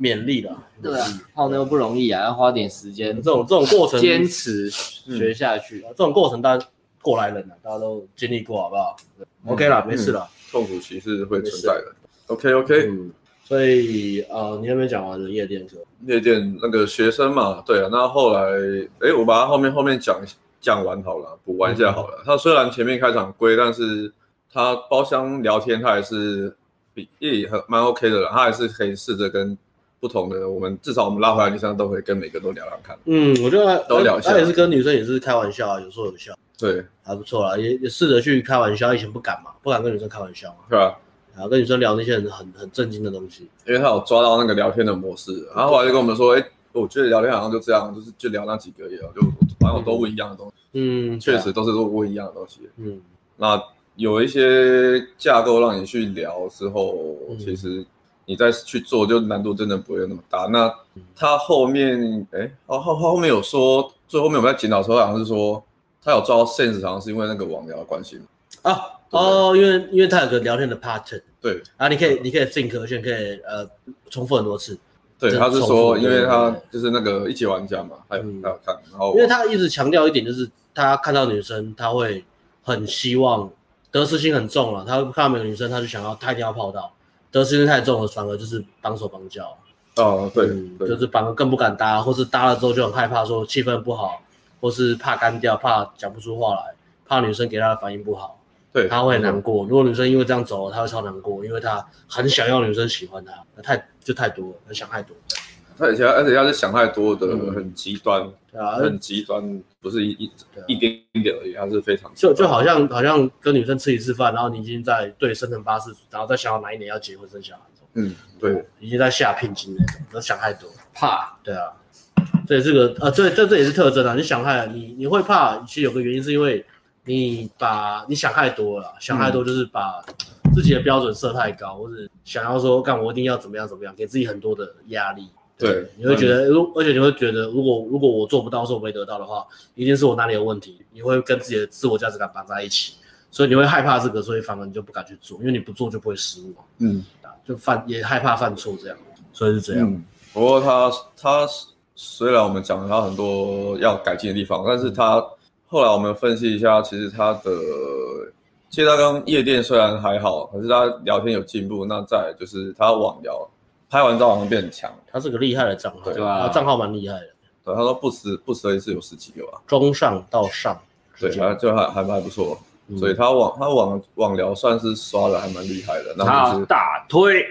Speaker 1: 勉励嗯了，
Speaker 3: 对啊，泡妞不容易啊，要花点时间
Speaker 1: 这种这种过程，
Speaker 3: 坚
Speaker 1: 这
Speaker 2: 嗯
Speaker 3: 持学下去。
Speaker 1: 种过程大家过来人了、啊大家都经历过，好不好、o k 啦，没事啦。
Speaker 2: 痛苦其实会存在的。OK OK，
Speaker 1: 嗯，所以呃，你还没讲完的夜店课，
Speaker 2: 夜店那个学生嘛，对啊，那后来，哎，我把他后面后面讲讲完好了，补完一下好
Speaker 1: 嗯
Speaker 2: 了。他虽然前面开场归，但是他包厢聊天，他还是比也很蛮 OK 的啦，他还是可以试着跟不同的我们，至少我们拉回来，你上都可以跟每个都聊聊看。
Speaker 1: 嗯，我觉得他
Speaker 2: 都聊一下
Speaker 1: 他也是跟女生也是开玩笑啊，有说有笑，
Speaker 2: 对，
Speaker 1: 还不错啦，啊也也试着去开玩笑，以前不敢嘛，不敢跟女生开玩笑嘛，
Speaker 2: 是吧？
Speaker 1: 然后跟女生聊那些很很很震惊的东西，
Speaker 2: 因为他有抓到那个聊天的模式，然后后来就跟我们说，哎，我觉得聊天好像就这样，就是就聊那几个也，就反正我都不一样的东西，
Speaker 1: 嗯，
Speaker 2: 确
Speaker 1: 对
Speaker 2: 实
Speaker 1: 啊，
Speaker 2: 都是都不一样的东西。
Speaker 1: 嗯
Speaker 2: 那有一些架构让你去聊之后，
Speaker 1: 嗯
Speaker 2: 其实你再去做，就难度真的不会那么大。那
Speaker 1: 嗯
Speaker 2: 他后面，哎、哦后后后面有说，最后面我们在检讨的时候，好像是说他有抓到 sense，好像是因为那个网聊的关系嘛。
Speaker 1: 啊哦，因为因为他有个聊天的 pattern
Speaker 2: 对
Speaker 1: 啊，你可
Speaker 2: 嗯
Speaker 1: 以你可以 think，而且可以呃重复很多次，
Speaker 2: 对，
Speaker 1: 这
Speaker 2: 他是
Speaker 1: 重复
Speaker 2: 说，
Speaker 1: 对
Speaker 2: 因为他
Speaker 1: 对对
Speaker 2: 就是那个一级玩家嘛，还有、
Speaker 1: 嗯
Speaker 2: 还有看，然后
Speaker 1: 因为他一直强调一点，就是他看到女生，他会很希望得失心很重啊了，他会看到每个女生，他就想要他一定要泡到，得失心太重了，反而就是绑手绑脚，
Speaker 2: 哦对
Speaker 1: 嗯
Speaker 2: 对，
Speaker 1: 就是反而更不敢搭，或是搭了之后就很害怕，说气氛不好，或是怕干掉，怕讲不出话来，怕女生给他的反应不好，
Speaker 2: 对嗯
Speaker 1: 他会很难过。如果女生因为这样走了，他会超难过，因为他很想要女生喜欢他，那太就太多了，很想太多，
Speaker 2: 他以前而且他是想太多的，
Speaker 1: 嗯
Speaker 2: 很极端，
Speaker 1: 对啊，
Speaker 2: 很极端，不是一一
Speaker 1: 对啊
Speaker 2: 一点点而已，他是非常
Speaker 1: 就就好像好像跟女生吃一次饭，然后你已经在对生辰八字，然后再想好哪一年要结婚生小孩，
Speaker 2: 嗯对。
Speaker 1: 已经在下聘金那种，都想太多。
Speaker 3: 怕
Speaker 1: 对啊，这也是个呃，这这这也是特征啊。你想太，你你会怕，其实有个原因是因为你把你想太多了，想太多就是把自己的标准设太高，或者想要说干我一定要怎么样怎么样，给自己很多的压力。
Speaker 2: 对
Speaker 1: 你会觉得，如、而且你会觉得，如果如果我做不到，说我没得到的话，一定是我哪里有问题。你会跟自己的自我价值感绑在一起，所以你会害怕这个，所以反而你就不敢去做，因为你不做就不会失误嘛，
Speaker 2: 嗯，
Speaker 1: 就犯也害怕犯错这样，所以是这样。
Speaker 2: 嗯，不过他他虽然我们讲了他很多要改进的地方，但是
Speaker 1: 嗯
Speaker 2: 他后来我们分析一下，其实他的其实他刚夜店虽然还好，可是他聊天有进步。那再来就是他网聊拍完照好像变很强，
Speaker 1: 他是个厉害的账号，
Speaker 2: 对
Speaker 1: 他
Speaker 5: 啊
Speaker 1: 账号蛮厉害的，
Speaker 2: 对，他说不止不止一次有十几个吧，
Speaker 1: 中上到上之
Speaker 2: 对，
Speaker 1: 间，
Speaker 2: 还就还还蛮不错。
Speaker 1: 嗯
Speaker 2: 所以他网他网网聊算是刷的还蛮厉害的，那
Speaker 1: 啊
Speaker 2: 就是
Speaker 5: 大推，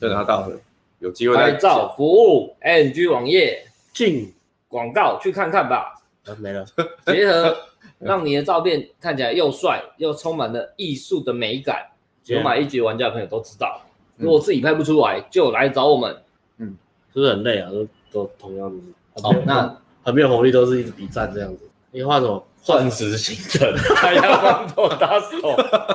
Speaker 2: 对他大腿有机会再
Speaker 3: 拍照服务 NG 网页
Speaker 1: 进
Speaker 3: 广告去看看吧，
Speaker 1: 啊没了，
Speaker 3: 结合让你的照片看起来又帅又充满了艺术的美感。有买一级玩家的朋友都知道，
Speaker 2: 嗯
Speaker 3: 如果自己拍不出来，就来找我们。
Speaker 1: 是不是很累啊？都都同样的，
Speaker 3: 好，哦那
Speaker 1: 很没有活力，都是一直比战这样子。你换什么？
Speaker 3: 钻石行程，太阳光头打手，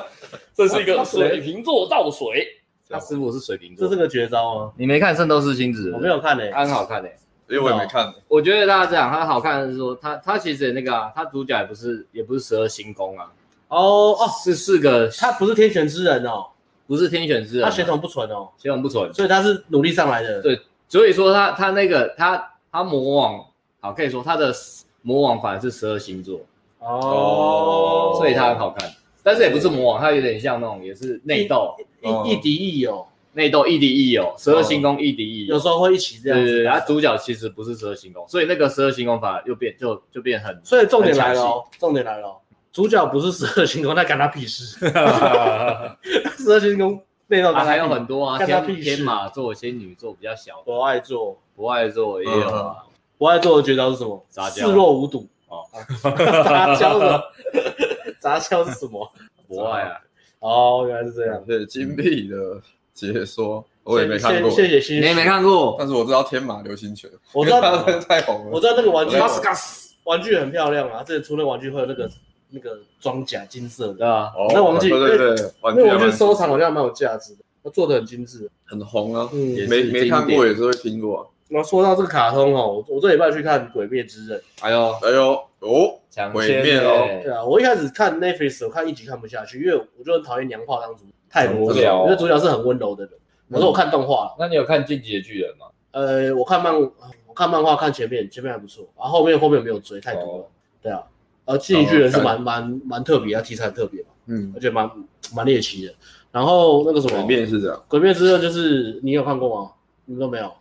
Speaker 3: 这是一个水瓶座倒水。 他师傅是水瓶
Speaker 1: 这
Speaker 3: 座，
Speaker 1: 是个绝招吗？
Speaker 5: 你没看《圣斗士星矢》？
Speaker 1: 我没，有看欸诶、
Speaker 3: 他很好看诶、欸
Speaker 2: 因为我也
Speaker 1: 哦
Speaker 2: 没看，
Speaker 3: 我觉得他这样，他好看的是说，他他其实也那个啊，他主角也不是也不是十二星宫啊，
Speaker 1: 哦哦，
Speaker 3: 是四个，
Speaker 1: 他不是天选之人哦，
Speaker 3: 不是天选之人啊，
Speaker 1: 他血统不纯哦，
Speaker 3: 血统不纯，
Speaker 1: 所以他是努力上来的。
Speaker 3: 对所以说他他那个他他魔王，好可以说他的魔王反而是十二星座，
Speaker 1: 哦，
Speaker 3: 所以他很好看，但是也不是魔王，他有点像那种也是内斗，
Speaker 2: 哦
Speaker 1: 一一敌一友，
Speaker 3: 内斗亦敌亦友，十二星宫亦敌亦
Speaker 1: 哦有
Speaker 3: 友。
Speaker 1: 时候会一起这
Speaker 3: 对
Speaker 1: 样
Speaker 3: 对对，
Speaker 1: 子
Speaker 3: 他
Speaker 1: 打。
Speaker 3: 主角其实不是十二星宫，所以那个十二星宫反而又变就就变很，
Speaker 1: 所以 重点来了哦，重点来了哦，主角不是十二星宫，那干他屁事？ 十二星宫内斗
Speaker 3: 啊，
Speaker 1: 干他
Speaker 3: 还
Speaker 1: 屁
Speaker 3: 有很多啊，
Speaker 1: 干他
Speaker 3: 天
Speaker 1: 屁事
Speaker 3: 天马座、仙女座比较小，
Speaker 1: 我爱做，
Speaker 3: 不爱座也有啊。
Speaker 1: 我爱做的绝招是什么？
Speaker 3: 杂交
Speaker 1: 视若无睹。啊
Speaker 3: 哦，
Speaker 1: 杂交的，杂交是什么？
Speaker 3: 不爱啊，
Speaker 1: 哦，原来是这样。
Speaker 2: 对金币的解说我也没看过，
Speaker 1: 谢谢谢谢欣
Speaker 3: 你
Speaker 1: 欣
Speaker 3: 也没看过？
Speaker 1: 嗯
Speaker 2: 但是我知道天马流星拳，
Speaker 1: 我知道，
Speaker 2: 因为它太红
Speaker 1: 我
Speaker 2: 了。
Speaker 1: 知道那个玩具
Speaker 3: 啊
Speaker 2: 我在，
Speaker 1: 玩具很漂亮啊。之前出那个玩具会有那个那个装甲金色
Speaker 3: 对
Speaker 1: 的，
Speaker 3: 啊，
Speaker 2: 哦
Speaker 1: 那王记
Speaker 2: 对对对，
Speaker 1: 那
Speaker 2: 玩具
Speaker 1: 个
Speaker 2: 还
Speaker 1: 玩具
Speaker 2: 蛮
Speaker 1: 收藏好像蛮有价值的，它做的很精致。
Speaker 2: 很红啊，
Speaker 1: 嗯
Speaker 3: 也是
Speaker 2: 没没看
Speaker 3: 经
Speaker 2: 过
Speaker 3: 典
Speaker 2: 也是会听过啊。
Speaker 1: 然后说到这个卡通哦，我我这礼拜去看《鬼灭之刃》。
Speaker 3: 哎呦，
Speaker 2: 哎呦哦，
Speaker 3: 抢
Speaker 2: 毁
Speaker 3: 先
Speaker 2: 灭
Speaker 3: 欸
Speaker 1: 对啊，我一开始看 Netflix，我看一集看不下去，因为我就很讨厌娘炮当主角，太无
Speaker 2: 很无聊
Speaker 1: 聊。
Speaker 3: 哦
Speaker 1: 因为主角是很温柔的人。我说我看动画了，
Speaker 3: 那你有看《进击的巨人》吗？
Speaker 1: 呃，我看漫，我看漫画看前面，前面还不错，然后后面后面没有追太多了。对啊，呃，进一句人是蛮蛮蛮特别，他啊题材很特别嘛，
Speaker 2: 嗯，
Speaker 1: 而且蛮蛮猎奇的。然后那个什么
Speaker 2: 里面是这样。
Speaker 1: 《鬼灭之刃》就是你有看过吗？你们都没有？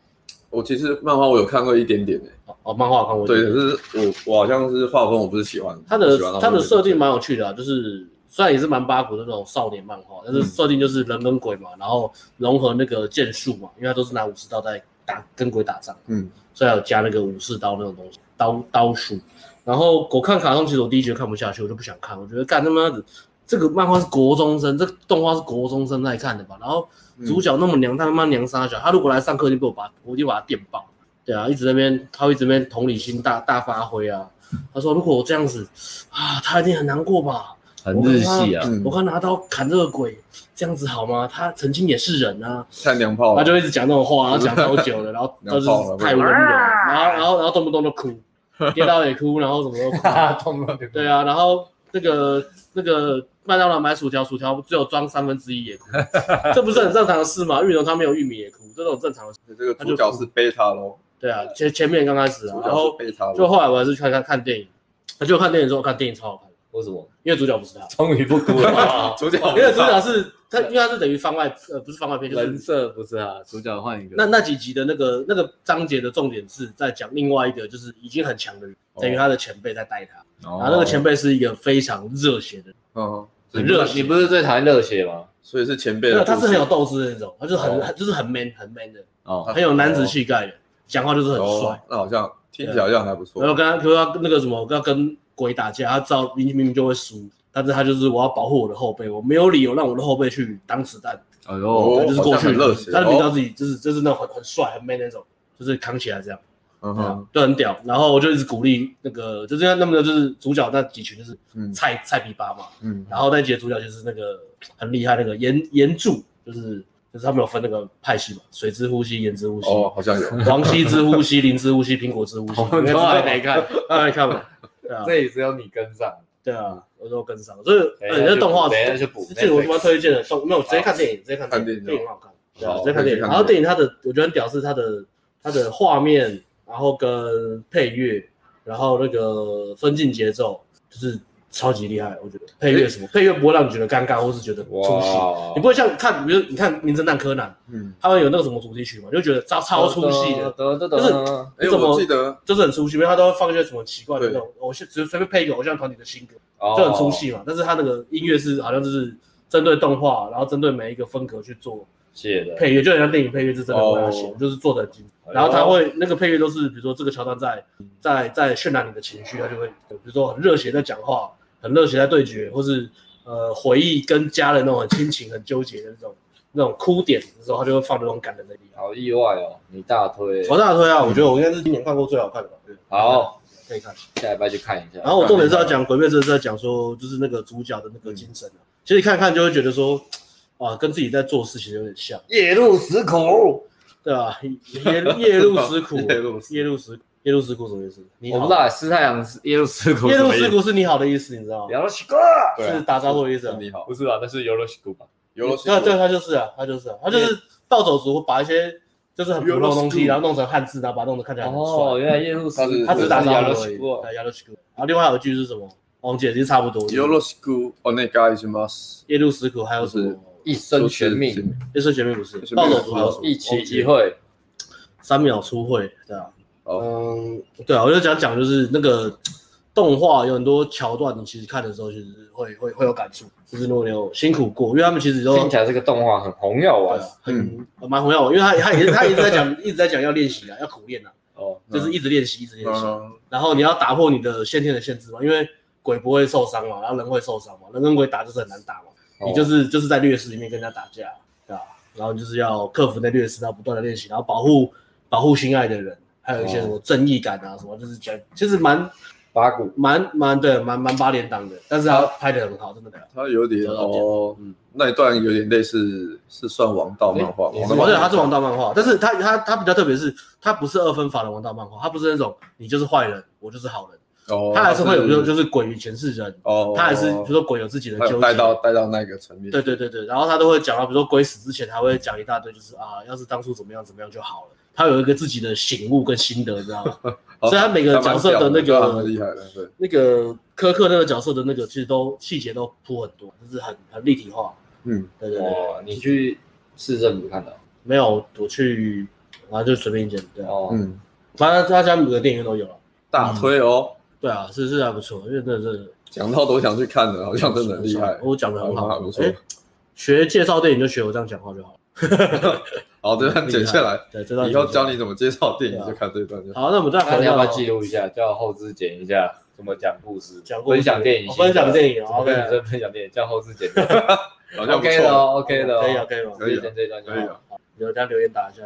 Speaker 2: 我其实漫画我有看过一点点诶、
Speaker 1: 哦哦，漫画有看过。
Speaker 2: 对，可是我我好像是画风我不是喜欢，
Speaker 1: 它
Speaker 2: 不
Speaker 1: 的
Speaker 2: 喜欢到
Speaker 1: 它的
Speaker 2: 那个
Speaker 1: 设定
Speaker 2: 程度
Speaker 1: 蛮有趣的啊，就是虽然也是蛮八股的那种少年漫画，但
Speaker 2: 嗯
Speaker 1: 是设定就是人跟鬼嘛，然后融合那个剑术嘛，因为它都是拿武士刀在打跟鬼打仗，
Speaker 2: 嗯，
Speaker 1: 所以还有加那个武士刀那种东西，刀刀术。然后我看卡通，其实我第一集就看不下去，我就不想看，我觉得干他妈的，这个漫画是国中生，这个动画是国中生在看的吧？然后
Speaker 2: 嗯
Speaker 1: 主角那么娘，他他妈娘杀小，他如果来上课，一定被我把我一定把他电爆。对啊，一直在那边，他会一直在那边同理心大大发挥啊。他说如果我这样子啊，他一定很难过吧？
Speaker 3: 很日系 啊，
Speaker 2: 嗯
Speaker 1: 我看拿刀砍这个鬼，这样子好吗？他曾经也是人啊。
Speaker 2: 太娘炮
Speaker 1: 他
Speaker 2: 了，
Speaker 1: 就一直讲那种话，然后讲超久了，然后他就是太温柔，然后然后然后动不动就哭，跌倒也哭，然后什么都哭。
Speaker 4: 哈哈，
Speaker 3: 哦
Speaker 4: 痛了对不
Speaker 1: 对啊，然后那个那个麦当劳买薯条，薯条只有装三分之一也哭，这不是很正常的事吗？玉龙他没有玉米也哭，这是很正常的事。
Speaker 2: 这个主角是贝塔喽，
Speaker 1: 对啊，前前面刚开始啊，
Speaker 2: 主
Speaker 1: 然
Speaker 2: 角
Speaker 1: 后
Speaker 2: 是贝塔
Speaker 1: 就
Speaker 2: 喽，。
Speaker 1: 后来我还是去看看看电影，就看电影之后看电影超好看，
Speaker 4: 为什么？
Speaker 1: 因为主角不是他，
Speaker 4: 终于不哭了
Speaker 2: 主角
Speaker 1: 因为主角是他，因为他是等于番外呃不是番外篇，就是
Speaker 4: 人设不是啊，
Speaker 3: 主角换一个，
Speaker 1: 那那几集的那个那个章节的重点是在讲另外一个就是已经很强的人，
Speaker 2: 哦
Speaker 1: 等于他的前辈在带他，然
Speaker 3: 然
Speaker 1: 啊后那个前辈是一个非常热血的人，
Speaker 2: 嗯，
Speaker 1: 很热血
Speaker 4: 你不是最讨厌热血吗？
Speaker 2: 所以是前辈
Speaker 1: 没
Speaker 2: 的
Speaker 1: 有
Speaker 2: 故事，
Speaker 1: 他是很有斗志的那种，他就是很、
Speaker 2: 哦
Speaker 1: 他就是很 man 很 man 的，
Speaker 4: 啊
Speaker 3: 哦，
Speaker 1: 很有男子气概的，讲话就是很
Speaker 2: 哦
Speaker 1: 帅。，
Speaker 2: 那好像听起来好像还不错
Speaker 1: 然，后跟他说他那个什么要跟鬼打架，他知道明明明就会输，但是他就是我要保护我的后辈，我没有理由让我的后辈去当子弹，
Speaker 3: 哎呦，
Speaker 1: 他
Speaker 4: 哦
Speaker 1: 就是过
Speaker 2: 哦好像
Speaker 1: 去
Speaker 2: 很热血
Speaker 1: 他就比较
Speaker 2: 哦，
Speaker 1: 自己就是就是那种很很帅很 man 那种，就是扛起来这样。
Speaker 2: 嗯
Speaker 1: 嗯
Speaker 2: 哼，，
Speaker 1: 就很屌。然后我就一直鼓励那个，就是那么的就是主角那几群就是
Speaker 2: 嗯
Speaker 1: 菜、菜皮巴嘛，
Speaker 2: 嗯，
Speaker 1: 然后那集的主角就是那个很厉害那个岩岩柱，就是就是他们有分那个派系嘛，水之呼吸、岩之呼吸、
Speaker 2: 哦，好像有，
Speaker 1: 黄溪之呼吸、 林之呼吸、苹果之呼吸，
Speaker 4: 我都还没看，
Speaker 1: 大家看嘛，对啊，
Speaker 4: 这里只有你跟上。
Speaker 1: 对啊，我都跟上，所以
Speaker 4: 等一下
Speaker 1: 呃，那
Speaker 4: 去
Speaker 1: 动画
Speaker 4: 补等一下去补
Speaker 1: 这个我他妈
Speaker 4: Netflix
Speaker 1: 推荐的动，没有直接看电影，直接看
Speaker 2: 看
Speaker 1: 电影，电
Speaker 2: 电影
Speaker 1: 影
Speaker 2: 就
Speaker 1: 很好看，对啊，
Speaker 2: 好
Speaker 1: 直接看电影。
Speaker 2: 我去看
Speaker 1: 然后电影它的我觉得很屌是它的它的画面，然后跟配乐，然后那个分镜节奏，就是超级厉害，我觉得配乐什么配乐不会让你觉得尴尬或是觉得出戏，你不会像看，比如你看《名侦探柯南》，
Speaker 2: 嗯，
Speaker 1: 他们有那个什么主题曲嘛，就觉得超超出戏
Speaker 3: 哦
Speaker 1: 的，
Speaker 4: 得得
Speaker 1: 就是
Speaker 4: 得，
Speaker 2: 哎，
Speaker 1: 你怎么
Speaker 2: 我记得
Speaker 1: 就是很出戏，因为他都会放一些什么奇怪的那种偶像，只是随便配一个偶像团体的新歌。就很
Speaker 4: 哦
Speaker 1: 出戏嘛。但是他那个音乐是好像就是针对动画，然后针对每一个风格去做
Speaker 4: 谢的。
Speaker 1: 配乐，就很像电影配乐是真的为他写的
Speaker 2: 哦，
Speaker 1: 就是做的很精致。
Speaker 4: 哎呦
Speaker 1: 然后他会那个配乐都是，比如说这个桥段在在在渲染你的情绪，他就会比如说很热血在讲话，很热血在对决，或是呃回忆跟家人那种很亲情、很纠结的那 种那种哭点的时候，他就会放那种感人的力量。
Speaker 4: 好意外哦，你大推。
Speaker 1: 我大推啊，我觉得我应该是今年看过最好看的吧。对，
Speaker 4: 好，
Speaker 1: 可以看。
Speaker 4: 下礼拜去看一下。
Speaker 1: 然后我重点是要讲《鬼灭之刃》是在讲说，就是那个主角的那个精神啊。其实看看就会觉得说，啊，跟自己在做事情有点像，
Speaker 4: 夜入死口，
Speaker 1: 对吧、夜夜路食苦
Speaker 2: 夜路
Speaker 1: 夜路食夜路食苦什么意思？你
Speaker 4: 我
Speaker 1: 好
Speaker 4: 不知道师太阳是夜入死口
Speaker 1: 夜
Speaker 4: 什
Speaker 1: 路
Speaker 4: 么意
Speaker 1: 食
Speaker 4: 思。
Speaker 1: 苦是你好的意思，你知道吗？
Speaker 4: 亚罗西哥，
Speaker 2: 对啊
Speaker 1: 是打招呼的意思啊。
Speaker 2: 你好，
Speaker 4: 不是吧？那是尤罗西古吧？
Speaker 2: 游乐西
Speaker 1: 对对，他就是啊，他就是啊，他就是暴走族把一些就是很普通的东西，然后弄成汉字，然后把它弄得看起来很
Speaker 4: 哦，
Speaker 1: 帅。
Speaker 4: 原来夜入死
Speaker 2: 他是
Speaker 1: 他只是打招
Speaker 4: 亚罗
Speaker 1: 呼而
Speaker 4: 西
Speaker 1: 已。
Speaker 4: 古。
Speaker 1: 对，亚路西古。然后啊另外还有一句是什么？王姐其实差不多。
Speaker 2: 游乐西库，哦，那个是吗？
Speaker 1: 夜路食苦还有什
Speaker 2: 就
Speaker 1: 么
Speaker 2: 是？
Speaker 4: 一生全命，
Speaker 1: 夜色绝命不是
Speaker 2: 全
Speaker 1: 暴
Speaker 2: 面
Speaker 1: 走
Speaker 2: 不是
Speaker 1: 族还有什么？
Speaker 4: 一期
Speaker 1: 王姐
Speaker 4: 一会，
Speaker 1: 三秒出会，对啊，
Speaker 2: 哦
Speaker 1: 嗯，对啊，我就讲讲就是那个动画有很多桥段，你其实看的时候其实会会会有感触，就是如果你有辛苦过，因为他们其实都
Speaker 4: 听起来这个动画很红药
Speaker 1: 对
Speaker 4: 丸
Speaker 1: 啊。很蛮重要的，因为他他也他一直在讲一直在讲要练习啊，要苦练啊，
Speaker 4: 哦，
Speaker 1: 就是一直练习一直练习，
Speaker 2: 嗯，
Speaker 1: 然后你要打破你的先天的限制嘛，因为鬼不会受伤嘛，然后人会受伤嘛，人跟鬼打就是很难打嘛，你就是就是在劣势里面跟人家打架，对吧、然后就是要克服那劣势，然后不断的练习，然后保护保护心爱的人，还有一些什么正义感啊什么，就是讲其实蛮
Speaker 4: 八股。
Speaker 1: 蛮蛮对，蛮蛮八连档的，但是他拍的很好，真的。
Speaker 2: 他有点
Speaker 1: 有道理
Speaker 2: 哦
Speaker 1: 嗯，
Speaker 2: 那一段有点类似，是算王道漫画，
Speaker 4: 哎
Speaker 2: 王
Speaker 1: 我
Speaker 2: 道
Speaker 1: 觉
Speaker 2: 漫
Speaker 1: 得
Speaker 2: 画
Speaker 1: 他是王道漫画，但是他他他比较特别是，他不是二分法的王道漫画，他不是那种你就是坏人，我就是好人，
Speaker 2: 哦，
Speaker 1: 他还是会有就就是鬼与前世人，
Speaker 2: 哦，
Speaker 1: 他还是比如说鬼有自己的
Speaker 2: 他
Speaker 1: 纠
Speaker 2: 有
Speaker 1: 结
Speaker 2: 带，到带到那个层面，
Speaker 1: 对对对对，然后他都会讲到，比如说鬼死之前，他会讲一大堆，就是啊，要是当初怎么样怎么样就好了。他有一个自己的醒悟跟心得，你知道吗？
Speaker 2: 好
Speaker 1: 所以他每个
Speaker 2: 蛮
Speaker 1: 角色
Speaker 2: 屌
Speaker 1: 的那
Speaker 2: 哦他
Speaker 1: 个
Speaker 2: 蛮厉害的，对，
Speaker 1: 那个科克那个角色的那个，其实都细节都铺很多，就是很很立体化。
Speaker 2: 嗯，
Speaker 1: 对对对，
Speaker 4: 哦，你去市政府看到
Speaker 1: 没有我去，然后就随便一间，对啊，
Speaker 4: 哦，
Speaker 2: 嗯，
Speaker 1: 反正他家每个电影院都有了。
Speaker 2: 大推哦，
Speaker 1: 对啊，是是还不错，因为真的是
Speaker 2: 讲到都想去看了，好像真的很厉害。
Speaker 1: 我讲的很好，
Speaker 2: 还不错
Speaker 1: 诶学介绍电影就学我这样讲话就好了。
Speaker 2: 好，这段剪下来，啊
Speaker 1: 对，这段
Speaker 2: 以后
Speaker 1: 就这样
Speaker 2: 教你怎么介绍电影，就看这段就好。
Speaker 1: 好，那我们再
Speaker 4: 那
Speaker 1: 回
Speaker 4: 你要不
Speaker 1: 到
Speaker 4: 要记录一下，叫后置剪一下，怎么讲故事，
Speaker 1: 讲故事
Speaker 4: 分享电影
Speaker 1: 哦
Speaker 4: 心得，
Speaker 1: 分享电影
Speaker 4: 怎么跟
Speaker 1: ，OK
Speaker 4: 女生分享电影，叫后置 剪
Speaker 2: 好像不
Speaker 4: ，OK 的
Speaker 2: 错。
Speaker 4: 哦，OK 的哦，
Speaker 1: 可以啊，可以吗？
Speaker 2: 可以啊
Speaker 4: 先这一段就
Speaker 2: 可以
Speaker 4: 好
Speaker 2: 啊。，
Speaker 1: 有在留言打一下。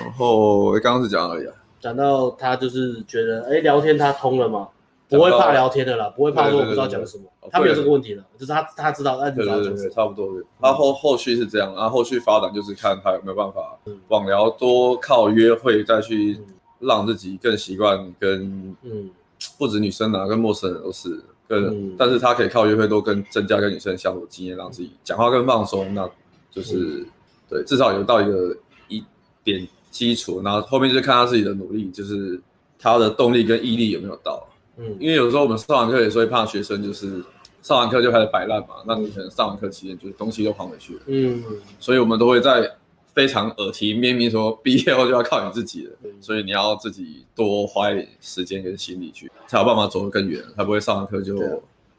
Speaker 2: 然后刚刚是讲而已啊，
Speaker 1: 讲到他就是觉得，哎，聊天他通了嘛，不会怕聊天的啦，不会怕说我不知道讲什么
Speaker 2: 对对对对，
Speaker 1: 他没有这个问题了，就是他他知道，他知
Speaker 2: 对
Speaker 1: 道
Speaker 2: 对对
Speaker 1: 讲什
Speaker 2: 对，
Speaker 1: 么。
Speaker 2: 差不多对。他后后续是这样，然啊后后续发展就是看他有没有办法网聊多靠约会再去让自己更习惯跟
Speaker 1: 嗯，
Speaker 2: 不止女生啊，跟陌生人都是。更，
Speaker 1: 嗯
Speaker 2: 但是他可以靠约会多跟增加跟女生相处经验，让自己讲话更放松。那
Speaker 1: 嗯
Speaker 2: 就是对，至少有到一个一点基础，然后后面就是看他自己的努力，就是他的动力跟毅力有没有到。
Speaker 1: 嗯
Speaker 2: 因为有时候我们上完课也是会怕学生就是上完课就开始摆烂嘛，那你可能上完课期间就是东西都还回去了，
Speaker 1: 嗯，
Speaker 2: 所以我们都会在非常耳提面命说毕业后就要靠你自己了，
Speaker 1: 嗯
Speaker 2: 所以你要自己多花一点时间跟心力去，才有办法走得更远，才不会上完课就
Speaker 1: 对啊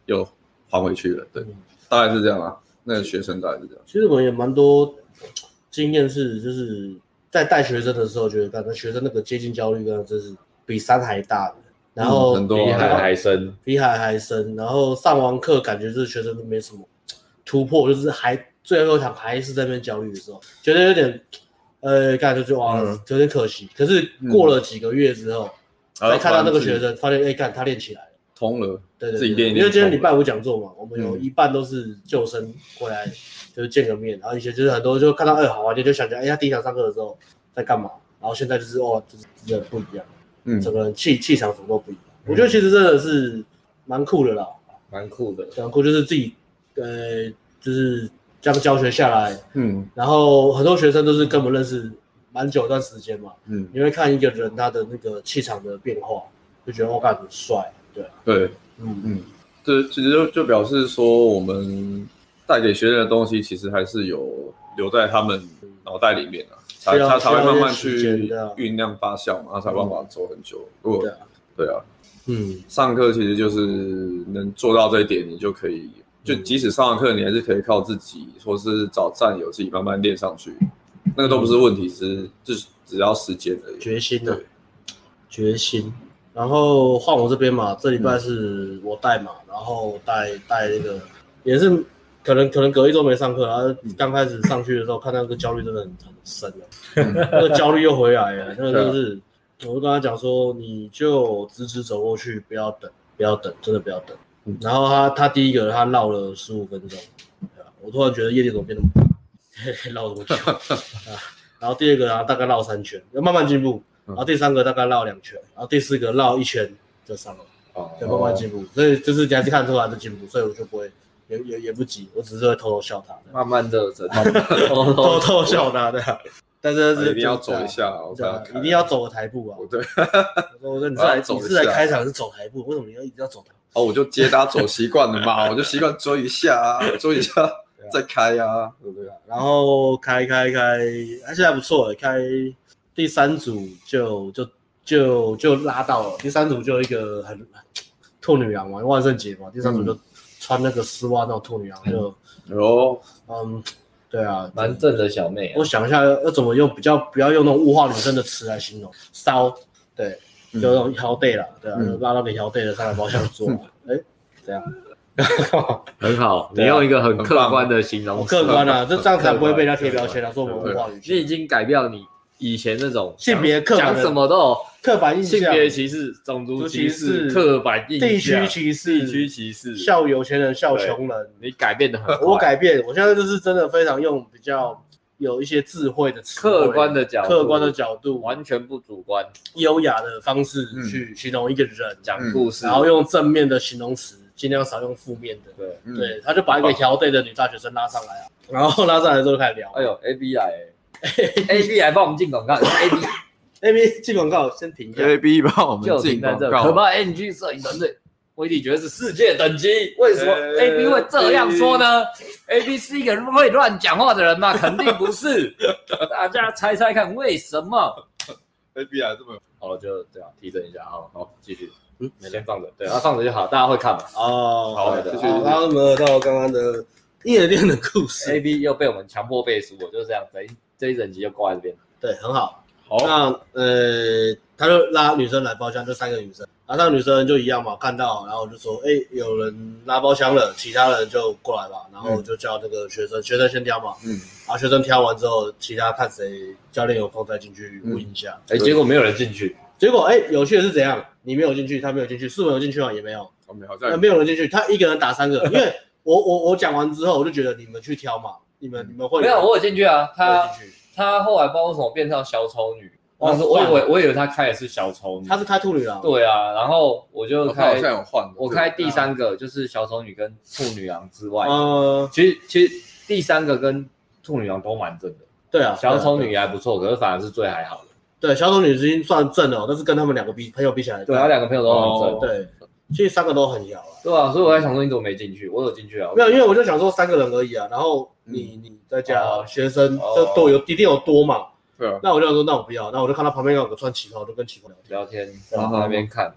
Speaker 2: 又还回去了。对
Speaker 1: 嗯，
Speaker 2: 大概是这样啊，那个学生大概是这样。
Speaker 1: 其实我们也蛮多经验是，就是在带学生的时候，觉得感觉学生那个接近焦虑，感真是比山还大的，然后、
Speaker 2: 嗯很多
Speaker 4: 比
Speaker 2: 啊
Speaker 4: 海还深，
Speaker 1: 比海还深，然后上完课感觉就是学生都没什么突破，就是还最后一堂还是在那边焦虑的时候，觉得有点呃，感觉就哇、
Speaker 2: 嗯
Speaker 1: 有点可惜。可是过了几个月之后，
Speaker 2: 然
Speaker 1: 再
Speaker 2: 后
Speaker 1: 看到那个
Speaker 2: 突然
Speaker 1: 学
Speaker 2: 自己
Speaker 1: 生，发现哎，干他练起来了。
Speaker 2: 通了，
Speaker 1: 对对
Speaker 2: 自己
Speaker 1: 对
Speaker 2: 练一
Speaker 1: 因
Speaker 2: 练
Speaker 1: 为今天
Speaker 2: 通
Speaker 1: 礼
Speaker 2: 了
Speaker 1: 拜五讲座嘛，我们有
Speaker 2: 嗯
Speaker 1: 一半都是旧生过来，就是见个面，然后以前就是很多就看到哎好玩，就就想着哎他第一堂上课的时候在干嘛，然后现在就是哦就是真的不一样，
Speaker 2: 嗯，
Speaker 1: 整个人气气场什么都不一样。我觉得其实真的是蛮酷的啦，
Speaker 4: 蛮酷的。
Speaker 1: 讲过就是自己呃就是这样教学下来，
Speaker 2: 嗯
Speaker 1: 然后很多学生都是根本认识蛮久一段时间嘛，
Speaker 2: 嗯，
Speaker 1: 你会看一个人他的那个气场的变化，就觉得我感觉很帅，对啊，
Speaker 2: 对。
Speaker 1: 嗯
Speaker 2: 嗯，这其实就就表示说，我们带给学生的东西，其实还是有留在他们脑袋里面啊，才
Speaker 1: 需要
Speaker 2: 他才会慢慢
Speaker 1: 需要一些时间
Speaker 2: 去
Speaker 1: 对啊
Speaker 2: 酝酿发酵嘛，他才有办法走很久。如果
Speaker 1: 对啊，
Speaker 2: 对啊，
Speaker 1: 嗯
Speaker 2: 上课其实就是能做到这一点，你就可以，就
Speaker 1: 嗯
Speaker 2: 即使上完课，你还是可以靠自己，或是找战友自己慢慢练上去，那个都不是问题，只是只只要时间而已。
Speaker 1: 决心啊的、
Speaker 2: 对
Speaker 1: 决心。然后换我这边嘛，这礼拜是我带嘛，然后带带那个也是可能可能隔一周没上课，然后刚开始上去的时候，看到那个焦虑真的很很深啊，那个焦虑又回来了，那个就是，我就跟他讲说，你就直直走过去，不要等，不要等，真的不要等。
Speaker 2: 嗯
Speaker 1: 然后他他第一个他绕了十五分钟，对啊我突然觉得夜店怎么变那么大， 绕这么久啊？然后第二个然后大概绕三圈，要慢慢进步，
Speaker 2: 嗯
Speaker 1: 然后第三个大概绕两圈，然后第四个绕一圈就上了，
Speaker 4: 哦，
Speaker 1: 就慢慢进步。所以就是你还是看得出来的进步，所以我就不会也也也不急，我只是会偷偷笑他这样。
Speaker 2: 嗯
Speaker 4: 慢慢热 身， 偷
Speaker 1: 偷偷笑他的，但是
Speaker 2: 啊
Speaker 1: 是
Speaker 2: 一定要走一，下，我
Speaker 1: 对啊
Speaker 2: 才
Speaker 1: 一定要走个台步啊！
Speaker 2: 对。
Speaker 1: 我说我说你是
Speaker 2: 我
Speaker 1: 来
Speaker 2: 要走一
Speaker 1: 你
Speaker 2: 下
Speaker 1: 是来开场还是走台步，为什么你要一直要走台步？
Speaker 2: 哦，我就接搭走习惯了嘛，我就习惯追一下啊，追 一下再开啊，对不对？
Speaker 1: 然后开开开，啊，现在不错了，开第三组就就就就拉到了，第三组就一个很兔女郎嘛，万圣节嘛，第三组就穿那个丝袜那种兔女郎，就
Speaker 2: 有
Speaker 1: 嗯，对啊，
Speaker 4: 蛮正的小妹啊
Speaker 1: 我，想一下要怎么用比较不要用那种物化女生的词来形容骚，对，就那种腰带啦，对啊，
Speaker 2: 嗯
Speaker 1: 就拉到你腰带的上来包厢 坐嘛，哎、这样
Speaker 3: 很好，
Speaker 1: 对
Speaker 3: 你
Speaker 1: 啊
Speaker 3: 用一个很客观的形
Speaker 1: 好
Speaker 3: 容词，
Speaker 1: 客观 啊，这这样才不会被人家贴标签啊，说我们物化女
Speaker 3: 你已
Speaker 1: 性，
Speaker 3: 经改变你以前那种
Speaker 1: 性别刻板
Speaker 3: 讲
Speaker 1: 的
Speaker 3: 什么都有
Speaker 1: 刻板印
Speaker 3: 性
Speaker 1: 象、
Speaker 3: 别歧视、种族歧
Speaker 1: 族歧视
Speaker 3: 视、刻板印象、
Speaker 1: 地区歧视、
Speaker 3: 地区歧视，
Speaker 1: 笑有钱人笑穷人，
Speaker 3: 你改变的很快，
Speaker 1: 我改变，我现在就是真的非常用比较有一些智慧的词汇、
Speaker 3: 客观的角度
Speaker 1: 客观的角度、
Speaker 3: 完全不主观，
Speaker 1: 优雅的方式去形容一个人，讲。
Speaker 3: 讲故事，
Speaker 1: 嗯然后用正面的形容词，尽量少用负面的。
Speaker 3: 对，
Speaker 2: 嗯
Speaker 1: 对，他就把一个条队的女大学生拉上来
Speaker 3: 哎
Speaker 1: 啊，然后拉上来之后就开始聊。
Speaker 3: 哎呦，A B 来，A B 来帮我们进广告，A B
Speaker 1: A B 进广告先停一下。
Speaker 3: 哎
Speaker 2: A B 帮我们
Speaker 3: 就
Speaker 2: 进
Speaker 3: 停在
Speaker 2: 广
Speaker 3: 这，
Speaker 2: 告，
Speaker 3: 可怕 NG 摄影团队，威力觉得是世界等级，为什么
Speaker 2: 呃
Speaker 3: AB 会这样说呢？AB 是一个会乱讲话的人吗？肯定不是，大家猜猜看为什么？
Speaker 2: A B 还这么
Speaker 3: 好了，就这样提振一下好，好，继续，嗯，每天放着，对，啊，放着就好，大家会看嘛。
Speaker 1: 哦，
Speaker 2: 好
Speaker 1: 好的，
Speaker 2: 继续
Speaker 1: 好然后我们到刚刚的夜店的故事，
Speaker 3: AB 又被我们强迫背书，我就是这样，等一这一整集就挂在这边。
Speaker 1: 对，很好。
Speaker 2: 好，
Speaker 1: 那呃，他就拉女生来包厢，就三个女生，然后那个女生就一样嘛，看到，然后我就说，哎、有人拉包厢了，其他人就过来吧。然后我就叫那个学生，学生先挑嘛，
Speaker 2: 嗯，
Speaker 1: 然后学生挑完之后，其他看谁教练有空再进去问一下。
Speaker 3: 哎，结果没有人进去，
Speaker 1: 啊结果哎、有趣的是怎样？你没有进去，他没有进去，素文有进去吗？也没有。
Speaker 2: 我们好
Speaker 1: 呃，
Speaker 2: 像
Speaker 1: 没有人进去，他一个人打三个，因为我我我讲完之后，我就觉得你们去挑嘛，你们你们会
Speaker 3: 没有，我有进去啊，
Speaker 1: 他
Speaker 3: 他他后来不知道为什么变成小丑女，
Speaker 1: 哦
Speaker 3: 我说我以
Speaker 1: 换
Speaker 3: 为我以为他开的是小丑女，
Speaker 1: 他是开兔女郎，
Speaker 3: 对啊，然后我就
Speaker 2: 哦他好
Speaker 3: 开，
Speaker 2: 像有换，
Speaker 3: 我开第三个就是小丑女跟兔女郎之外，
Speaker 1: 呃，
Speaker 3: 其实其实第三个跟兔女郎都蛮正的，
Speaker 1: 对啊，
Speaker 3: 小丑
Speaker 1: 对
Speaker 3: 女还不错，可是反而是最还好的。
Speaker 1: 对小丑女已经算正了，但是跟他们两个比朋友比起来，
Speaker 3: 对，他两个朋友都很正，
Speaker 2: 哦
Speaker 1: 对，其实三个都很小啊，
Speaker 3: 对啊，所以我在想说你怎么没进去？我有进去啊，
Speaker 1: 没有，因为我就想说三个人而已啊，然后你你再加
Speaker 3: 哦
Speaker 1: 学生，
Speaker 3: 哦
Speaker 1: 这多有一定有多嘛，
Speaker 2: 对啊，
Speaker 1: 那我就想说那我不要，那我就看到旁边有个穿旗袍，我就跟旗袍聊天。
Speaker 3: 聊天，然后那边看，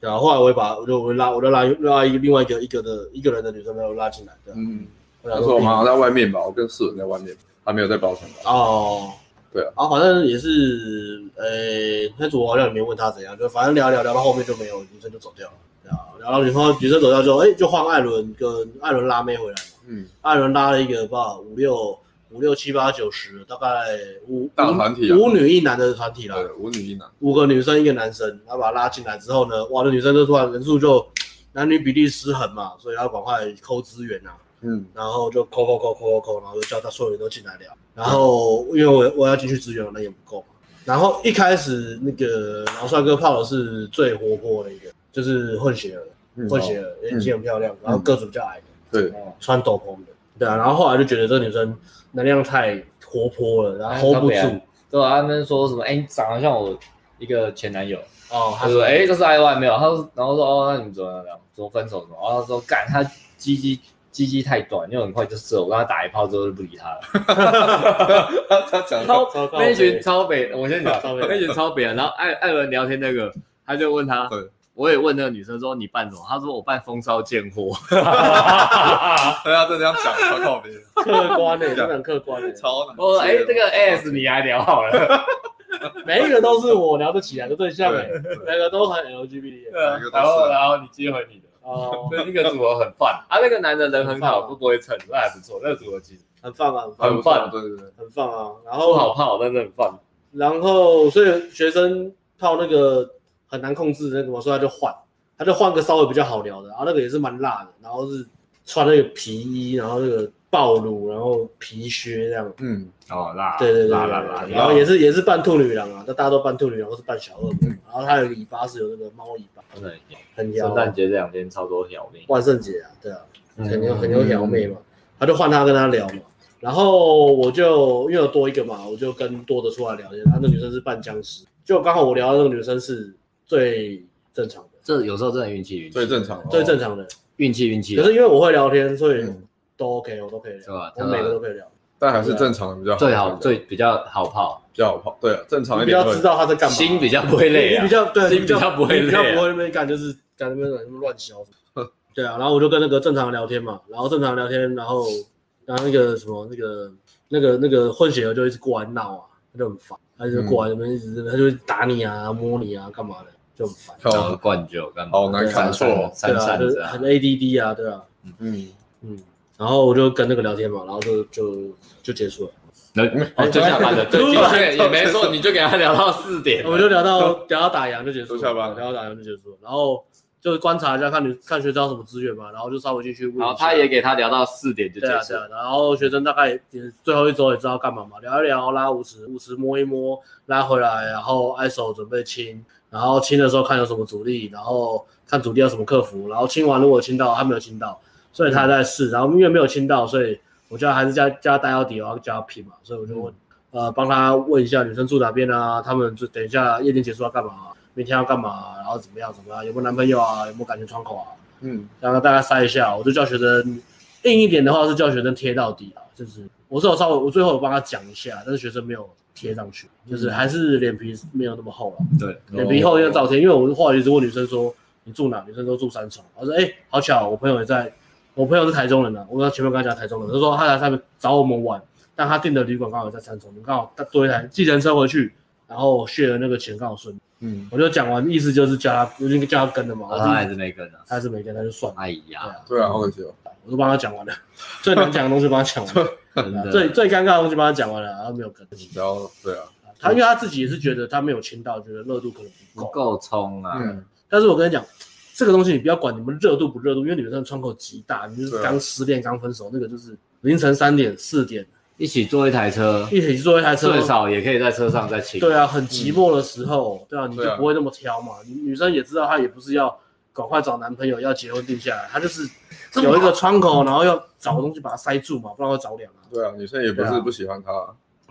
Speaker 1: 然后后来我也把我就我就拉我就拉拉一个另外一个一个的一个人的女生朋友拉进来，对啊，
Speaker 2: 嗯，
Speaker 1: 我
Speaker 2: 那
Speaker 1: 想
Speaker 2: 时候我
Speaker 1: 说
Speaker 2: 们好像在外面吧，我跟世文在外面，还没有在包厢吧，
Speaker 1: 哦，
Speaker 2: 对啊，
Speaker 1: 啊，反正也是，呃、那组好像也没问他怎样，就反正聊聊聊到后面就没有，女生就走掉了，对啊，然后女生女生走掉之后，哎、就换艾伦跟艾伦拉妹回来嘛，
Speaker 2: 嗯，
Speaker 1: 艾伦拉了一个吧五六五六七八九十，大概五
Speaker 2: 大团体啊
Speaker 1: 五女一男的团体啦，
Speaker 2: 对，五女一男，
Speaker 1: 五个女生一个男生，然后把他拉进来之后呢，哇，那女生就突然人数就男女比例失衡嘛，所以要赶快抠资源啊，
Speaker 2: 嗯，
Speaker 1: 然后就扣扣扣扣扣扣，然后就叫他所有人都进来聊。然后因为我我要进去支援，那也不够嘛。然后一开始那个老帅哥泡的是最活泼的一个，就是混血儿，
Speaker 2: 嗯
Speaker 1: 混血儿眼睛很漂亮，然后个子比较矮的，
Speaker 2: 对，
Speaker 1: 穿斗篷的，对啊。然后后来就觉得这个女生能量太活泼了，然后 hold 不
Speaker 3: 哎她
Speaker 1: 住
Speaker 3: 不。对啊，他们说什么？哎，你长得像我一个前男友，
Speaker 1: 哦，
Speaker 3: 他说：“哎、这是 I Y 没有？”他说，然后说：“哦，那你们怎么样？怎么分手什么？”然后他说：“干，他鸡鸡鸡鸡太短，因为很快就射。我跟他打一炮之后就不理他了。
Speaker 2: 他讲
Speaker 3: 超”
Speaker 1: 糟糕
Speaker 3: 那一群超北，我 先讲
Speaker 1: 超，北
Speaker 3: 那一群超北的。啊然后艾艾伦聊天那个，他就问他
Speaker 2: 对，
Speaker 3: 我也问那个女生说：“你办什么？”他说：“我办风骚贱货。
Speaker 2: 对啊，真的要讲超靠边，
Speaker 1: 客观的，真
Speaker 3: 啊
Speaker 1: 的很客观的，
Speaker 2: 超难”接的，
Speaker 1: 哦
Speaker 3: 我说：“哎、这个 S 你来聊好 了。
Speaker 1: 每一个都是我聊得起来的对象，哎，
Speaker 2: 对，对
Speaker 1: 每个都很 LGBT 的”
Speaker 2: 啊
Speaker 3: 然后然后你接回你的。
Speaker 1: 哦，
Speaker 3: 所以那个组合很棒 啊，那个男的人很
Speaker 1: 很
Speaker 3: 好，
Speaker 1: 棒
Speaker 3: 不不会蹭，那还不错。那个组合其实
Speaker 1: 很棒啊，很棒，
Speaker 2: 还不错
Speaker 3: 很棒
Speaker 2: 对对对，
Speaker 1: 很棒啊。然
Speaker 3: 不
Speaker 1: 后
Speaker 3: 好泡，但是很棒。
Speaker 1: 然后所以学生泡那个很难控制的那个嘛，所以他就换，他就换个稍微比较好聊的，然后那个也是蛮辣的，然后是穿那个皮衣，然后那个暴露，然后皮靴这样，
Speaker 2: 嗯，
Speaker 3: 哦，那
Speaker 1: 对对对
Speaker 3: 那
Speaker 1: 对
Speaker 3: 那那
Speaker 1: 对，然后也是也是扮兔女郎啊，那大家都扮兔女郎或是扮小恶魔，然后他有尾巴是有那个猫尾巴，
Speaker 3: 真的很
Speaker 1: 很妖
Speaker 3: 屌圣
Speaker 1: 啊，
Speaker 3: 诞节这两天超多条命，
Speaker 1: 万圣节啊，对啊，
Speaker 2: 嗯
Speaker 1: 很有很有
Speaker 2: 牛
Speaker 1: 撩妹嘛，他就换他跟他聊嘛，然后我就因为有多一个嘛，我就跟多的出来聊天，然后那女生是扮僵尸，就刚好我聊的那个女生是最正常的，
Speaker 3: 这有时候真的运气运气，
Speaker 2: 最正常，
Speaker 1: 最正常的，
Speaker 3: 运气运气
Speaker 1: 可，是因为我会聊天，所以
Speaker 2: 哦啊嗯
Speaker 1: 都 OK，我都可以聊，
Speaker 3: 对吧
Speaker 1: 我每个都可以聊，
Speaker 2: 但还是正常的比较好，
Speaker 3: 最好最比较好泡，
Speaker 2: 比较好泡，对啊，正常一
Speaker 1: 比
Speaker 2: 点
Speaker 1: 较
Speaker 2: 会，
Speaker 1: 知道他在干嘛，
Speaker 3: 心比较不会累
Speaker 1: 你
Speaker 3: 啊
Speaker 1: 比。较对，
Speaker 3: 心
Speaker 1: 你比较
Speaker 3: 比较不会
Speaker 1: 你比较
Speaker 3: 累啊
Speaker 1: 不会那边干，就是干那边乱乱削。对啊，然后我就跟那个正常聊天嘛，然后正常聊天，然后然后那个什么那个那个那个混血儿就一直过来闹啊，他就很烦，他就过来那边一直他就打你啊、摸你啊、干嘛的，就很烦。
Speaker 3: 然后
Speaker 2: 靠，
Speaker 3: 灌酒干嘛？
Speaker 2: 好难
Speaker 1: 哦看
Speaker 3: 闪闪
Speaker 2: 错
Speaker 1: 对
Speaker 3: 闪
Speaker 1: 啊，
Speaker 3: 闪
Speaker 1: 就
Speaker 3: 这
Speaker 1: 是
Speaker 3: 样
Speaker 1: 很 ADD 啊，对啊，
Speaker 2: 嗯，
Speaker 1: 嗯。然后我就跟那个聊天嘛，然后就就就结束了，
Speaker 3: 那哦，就下 班了，对，
Speaker 1: 突
Speaker 3: 今
Speaker 1: 然
Speaker 3: 天也没说，你就给他聊到四点，
Speaker 1: 我们就聊到聊到打烊就结束了，
Speaker 2: 都下班了
Speaker 1: 聊到打烊就结束了，然后就观察一下看你看学长有什么资源嘛，然后就稍微进去问一下。
Speaker 3: 然后他也给他聊到四点就结
Speaker 1: 对啊，
Speaker 3: 束
Speaker 1: 对，啊，然后学生大概也最后一周也知道干嘛嘛，聊一聊，拉五十，五十摸一摸，拉回来，然后挨手准备清，然后清的时候看有什么阻力，然后看阻力要什么克服，然后清完如果清到，他没有清到，所以
Speaker 3: 嗯
Speaker 1: 哦他还在试，然后因为没有清到，所以我觉得还是加加待到底，我要加拼嘛，所以我就问，
Speaker 3: 嗯
Speaker 1: 呃帮他问一下女生住哪边啊，他们就等一下夜店结束要干嘛、明天要干嘛，然后怎么样怎么样，有没有男朋友啊，有没有感情窗口啊，
Speaker 2: 嗯，
Speaker 1: 然后大概筛一下，我就叫学生硬一点的话是叫学生贴到底啊，就是我是有稍微我最后有帮他讲一下，但是学生没有贴上去，就是还是脸皮没有那么厚了、
Speaker 3: 对，
Speaker 1: 脸皮厚要照贴，因为我的话一直问女生说你住哪，女生都住三重，我说哎、好巧，我朋友也在，我朋友是台中人啊，我前面跟他讲台中人，他说他来他们找我们玩，但他订的旅馆刚好在三重，你们刚好坐一台计程车回去，然后血了那个钱刚好顺，
Speaker 2: 嗯，
Speaker 1: 我就讲完意思就是叫他，我就叫他跟的嘛，
Speaker 3: 然
Speaker 1: 我
Speaker 3: 后哦他还
Speaker 1: 就是
Speaker 3: 那个呢，
Speaker 1: 他是没跟他就算了，
Speaker 3: 哎
Speaker 1: 对
Speaker 3: 呀，
Speaker 1: 啊，
Speaker 2: 对啊，好可惜哦。
Speaker 1: 我都帮他讲完 了，最难讲的东西帮他讲完了，
Speaker 3: 真的，
Speaker 1: 啊最最尴尬的东西帮他讲完了，然后没有跟，
Speaker 2: 然后对啊，
Speaker 3: 嗯
Speaker 1: 他因为他自己也是觉得他没有签到，觉得热度可能不
Speaker 3: 不
Speaker 1: 够。
Speaker 3: 够冲啊，
Speaker 2: 嗯，
Speaker 1: 但是我跟你讲，这个东西你不要管你们热度不热度，因为女生的窗口极大，你
Speaker 3: 啊
Speaker 1: 就是刚失恋、刚分手，那个就是凌晨三点、四点
Speaker 3: 一起坐一台车，
Speaker 1: 一起坐一台车，
Speaker 3: 最少嗯也可以在车上再亲。
Speaker 1: 对啊，很寂寞的时候，对啊，你就
Speaker 2: 对啊
Speaker 1: 不会那么挑嘛。你女生也知道，她也不是要赶快找男朋友要结婚定下来，她就是有一个窗口，然后要找东西把它塞住嘛，不然会着凉啊。
Speaker 2: 对啊，女生也不
Speaker 1: 对啊
Speaker 2: 是不喜欢他，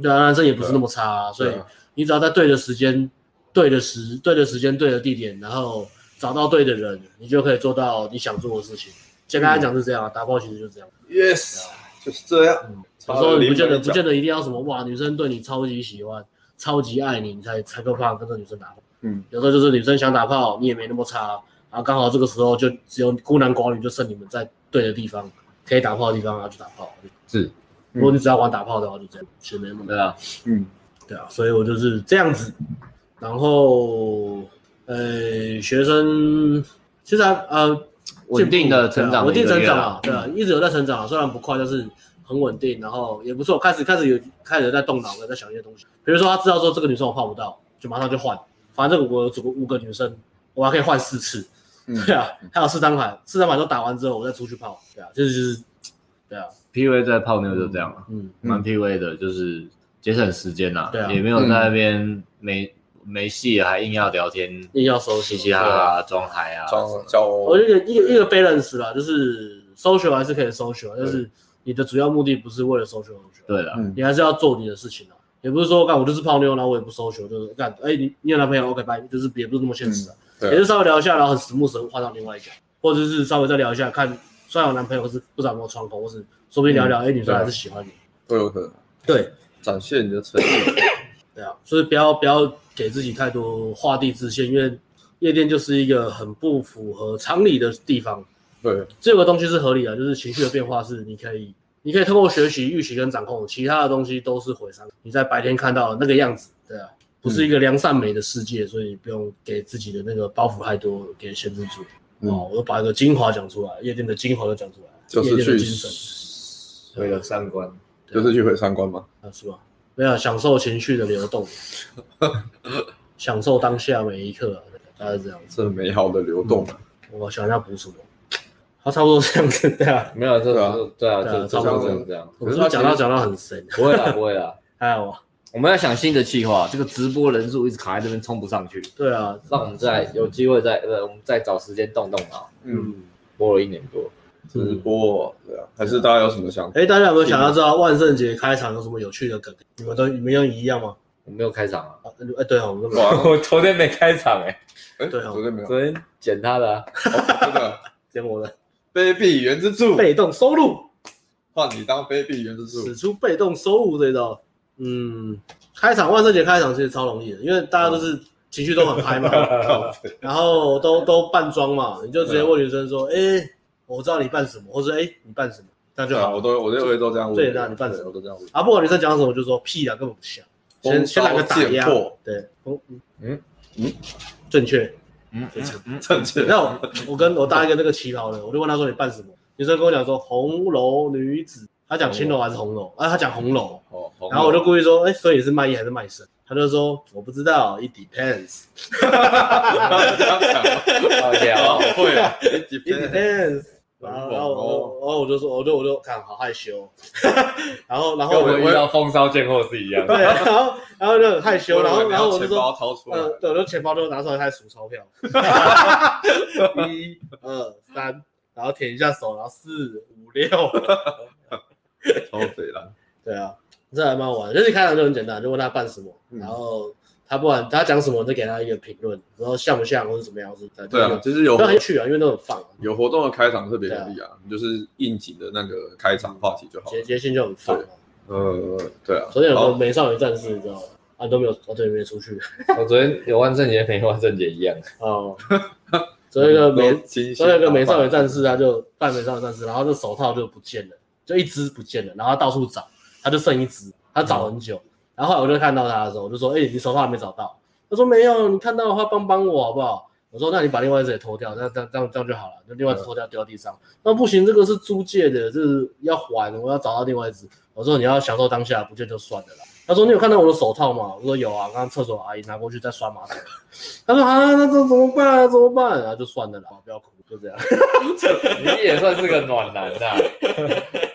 Speaker 1: 对啊，男生也不是那么差、啊，所以
Speaker 2: 对啊
Speaker 1: 你只要在对的时间、对的时、对的时间、对的地点，然后找到对的人，你就可以做到你想做的事情。简单来讲是这样啊，打炮其实就是这样。
Speaker 2: ，yes，就是这样。
Speaker 1: 嗯，有时
Speaker 2: 差
Speaker 1: 候你不见得
Speaker 2: 临门一脚
Speaker 1: 不见得一定要什么哇，女生对你超级喜欢、超级爱你，你才才够怕跟这女生打炮。
Speaker 2: 嗯，
Speaker 1: 有时候就是女生想打炮，你也没那么差，然后刚好这个时候就只有孤男寡女，就剩你们在对的地方可以打炮的地方，然后去打炮。
Speaker 3: 是，
Speaker 1: 如果你只要玩打炮的话，就这样，其实没那么难
Speaker 3: 对啊，
Speaker 2: 嗯，
Speaker 1: 对啊，所以我就是这样子。然后，呃，学生其实还呃
Speaker 3: 稳定的
Speaker 1: 进步
Speaker 3: 成长
Speaker 1: 对啊稳定
Speaker 3: 的
Speaker 1: 成
Speaker 3: 一个月
Speaker 1: 长
Speaker 3: 啊
Speaker 1: 啊，对啊，一直有在成长啊，虽然不快，但是很稳定，然后也不错。开始开始有开始有在动脑了，在想一些东西，比如说他知道说这个女生我泡不到，就马上就换。反正我有组五个女生，我还可以换四次，
Speaker 2: 嗯
Speaker 1: 对啊，还有四张牌，四张牌都打完之后，我再出去泡，对啊，就是就是，对啊，
Speaker 3: PV 在泡妞就这样啊，
Speaker 1: 嗯，
Speaker 2: 嗯
Speaker 3: 蛮 PV 的，就是节省时间呐
Speaker 1: 对，啊
Speaker 3: 也没有在
Speaker 4: 嗯
Speaker 3: 那边没没戏了还硬要聊天，
Speaker 1: 硬要熟悉
Speaker 3: 嘻嘻哈哈装嗨啊，
Speaker 2: 找找
Speaker 1: 我觉哦得一个一个 balance 啦，就是 social 还是可以 social，但是你的主要目的不是为了 social 而去啊
Speaker 3: 对了，
Speaker 2: 嗯
Speaker 1: 你还是要做你的事情啊。也不是说干我就是泡妞，然后我也不 social，就是干哎、你你有男朋友 OK 拜，就是也不是那么现实啊，
Speaker 2: 嗯对啊
Speaker 1: 也是稍微聊一下，然后很死木死换到另外一个，或者是稍微再聊一下，看虽然有男朋友，或是不知道有没有窗口，或是说不定聊一
Speaker 2: 嗯
Speaker 1: 聊，哎、女生还
Speaker 2: 啊
Speaker 1: 是喜欢你，
Speaker 2: 都有可能
Speaker 1: 对
Speaker 2: 展现你 的诚意。
Speaker 1: 对啊，所以不要不要给自己太多画地自限，因为夜店就是一个很不符合常理的地方，
Speaker 2: 对，
Speaker 1: 这个东西是合理的，就是情绪的变化是你可以，你可以通过学习、预习跟掌控，其他的东西都是毁伤。你在白天看到的那个样子，对啊，不是一个良善美的世界，所以不用给自己的那个包袱太多，给限制住。
Speaker 2: 嗯
Speaker 1: 哦，我都把一个精华讲出来，夜店的精华都讲出来，
Speaker 2: 就
Speaker 1: 夜
Speaker 2: 是
Speaker 1: 店的
Speaker 2: 去
Speaker 1: 精神，
Speaker 4: 为了三观，
Speaker 2: 就是去毁三观嘛。
Speaker 1: 啊，是吧？没有享受情绪的流 动，享受当下每一刻、啊，大概是这样子。
Speaker 2: 这美好的流动，啊
Speaker 1: 我想一下补什么，好，差不多这样子，对啊。
Speaker 4: 没有这
Speaker 2: 对啊
Speaker 4: 这对啊，
Speaker 1: 对啊
Speaker 4: 这这
Speaker 1: 差不多
Speaker 4: 这样这样，
Speaker 1: 我
Speaker 2: 可
Speaker 1: 们是不是
Speaker 2: 是他其实
Speaker 1: 讲到讲到很深，
Speaker 4: 不会啦不会啦，
Speaker 1: 还有啊，
Speaker 3: 我们要想新的计划，这个直播人数一直卡在这边冲不上去，
Speaker 1: 对啊，
Speaker 4: 让我们再有机会再呃，我们再找时间动动脑，
Speaker 2: 嗯，
Speaker 4: 播了一年多，
Speaker 2: 直播对啊，还是大家有什么想法？
Speaker 1: 哎，大家有没有想要知道万圣节开场有什么有趣的梗？你们都你们用一样吗？
Speaker 4: 我没有开场啊，
Speaker 1: 啊，哎，对哦，我们都没有
Speaker 2: 哇，
Speaker 4: 我昨天没开场哎，
Speaker 2: 哎，
Speaker 1: 对啊
Speaker 2: 昨天没有，
Speaker 4: 昨天剪他的啊，
Speaker 2: 真的
Speaker 1: 讲我的
Speaker 2: 卑鄙原之助，
Speaker 1: 被动收入，
Speaker 2: 换你当卑鄙原之助
Speaker 1: 使。出被动收入这一招。嗯，开场万圣节开场其实超容易的，因为大家都是
Speaker 2: 嗯
Speaker 1: 情绪都很 嗨嘛，然后都都扮装嘛，你就直接问女生说，哎，我知道你扮什么，或者哎你扮什么，这样就
Speaker 2: 对啊，
Speaker 1: 好
Speaker 2: 我
Speaker 1: 了。
Speaker 2: 都我都我都这样问。
Speaker 1: 对那你办什么
Speaker 2: 我都这样问。
Speaker 1: 啊，不管女生讲什么，就说屁啊，根本不像。先先来个打
Speaker 2: 风骚
Speaker 1: 压
Speaker 2: 剑魄，
Speaker 1: 对，嗯
Speaker 4: 嗯
Speaker 2: 嗯，
Speaker 1: 正确。
Speaker 3: 嗯
Speaker 1: 嗯
Speaker 2: 正确。
Speaker 1: 那我我跟我大一个那个旗袍的，我就问他说你扮什么？女生跟我讲说红楼女子，她讲青楼还是红楼？啊，她讲红楼，
Speaker 2: 哦，
Speaker 1: 然后我 就故意说，哎、所以你是卖艺还是卖身？他就说我不知道，it depends，it
Speaker 2: 这样讲吗，
Speaker 4: OK
Speaker 2: 啊
Speaker 4: 哦，
Speaker 2: 会啊，你
Speaker 1: depends。然后，然后我，然后我就说，我就我就看好害羞， 然后，然后
Speaker 2: 跟我们
Speaker 1: 我，
Speaker 2: 遇到
Speaker 4: 风骚贱货是一样
Speaker 1: 对，然后，然后就很害羞，然后，然后我就
Speaker 2: 钱
Speaker 1: 说，
Speaker 2: 包掏出来
Speaker 1: 呃，，对，我就钱包就拿出来开始数钞 票，一二三，然后舔一下手，然后四五六，
Speaker 2: 超肥了。
Speaker 1: 对啊，这还蛮好玩的，就是开场就很简单，就问他办什么，
Speaker 2: 嗯
Speaker 1: 然后他不管他讲什么，你就给他一个评论，然后像不像或者怎么样，是
Speaker 2: 对啊，，就是有
Speaker 1: 都很有趣啊，因为都很放啊，
Speaker 2: 有活动的开场特别有力啊，你就是应景的那个开场话题就好
Speaker 1: 节
Speaker 2: 了。
Speaker 1: 节性就很放啊。
Speaker 2: 呃，对啊。
Speaker 1: 昨天有个
Speaker 2: 好
Speaker 1: 美少女战士，你知道吗？啊，你都没有，我对没出去
Speaker 4: 我昨天有万圣节没万圣节一样，
Speaker 1: 哦。昨 天有个美
Speaker 2: 嗯都，惊喜
Speaker 1: 昨天有个美少女战士，他啊就扮美少女战士，然后这手套就不见了，就一只不见了，然后他到处找，他就剩一只，他找很久，然后后来我就看到他的时候，我就说：“哎、你手套还没找到？”他说：“没有，你看到的话帮帮我好不好？”我说：“那你把另外一只也脱掉，那这样这样这样就好了，就另外一只脱掉丢到地上。那不行，这个是租借的，这是要还，我要找到另外一只。”我说：“你要享受当下，不见就算了啦。”他说：“你有看到我的手套吗？”我说：“有啊，刚刚厕所阿姨拿过去在刷马桶。”他说：“啊，那这怎么办、啊？怎么办、啊？”然后就算了啦，不要哭，就这样。
Speaker 4: 你也算是个暖男 呐、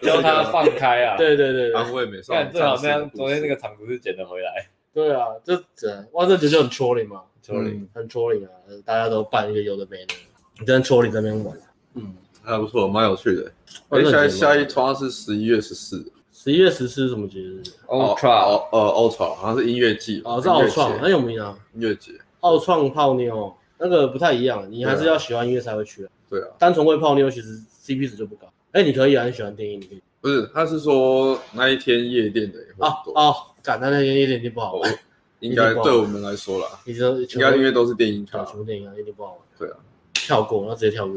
Speaker 4: 教他放开啊。，
Speaker 1: 对对对对
Speaker 2: 安慰美少
Speaker 4: 看
Speaker 2: 女
Speaker 4: 正好
Speaker 2: 战士嗯
Speaker 4: 那
Speaker 2: 的
Speaker 4: 样，
Speaker 2: 故
Speaker 4: 昨天那
Speaker 2: 事。
Speaker 4: 个长不是捡了回来。
Speaker 1: 对啊，这这万圣节就很 trolling 嘛，
Speaker 2: 嗯
Speaker 1: 很 trolling 啊，大家都办一个有的没的，你跟 trolling 这边玩。嗯，
Speaker 2: 还不错，蛮有趣的。哎，
Speaker 1: 万哦圣节啊
Speaker 2: 下
Speaker 1: 嘛
Speaker 2: 一下一通是十一月十四
Speaker 1: 十一月十四是什么节日？
Speaker 4: Ultra，
Speaker 2: 呃 Ultra 好像是音乐季
Speaker 1: 哦，是奥创，
Speaker 2: 音
Speaker 1: 很
Speaker 2: 乐节
Speaker 1: 有名啊。
Speaker 2: 音乐节，
Speaker 1: 奥创泡妞哦那个不太一样，你还是要喜欢音乐才会去、啊。
Speaker 2: 对啊，
Speaker 1: 单纯会泡妞，其实 CP 值就不高。哎、你可以啊，你喜欢电影，你可以。
Speaker 2: 不是，他是说那一天夜店的也会
Speaker 1: 哦
Speaker 2: 很多，
Speaker 1: 哦，感那那些夜店一定不好玩，
Speaker 2: 啊哦应该对我们来说啦，
Speaker 1: 你这
Speaker 2: 应
Speaker 1: 全
Speaker 2: 该因
Speaker 1: 部
Speaker 2: 为都是电音
Speaker 1: 对
Speaker 2: 卡，
Speaker 1: 全部电影啊，一定不好玩。
Speaker 2: 对啊。
Speaker 1: 跳过，然后直接跳过。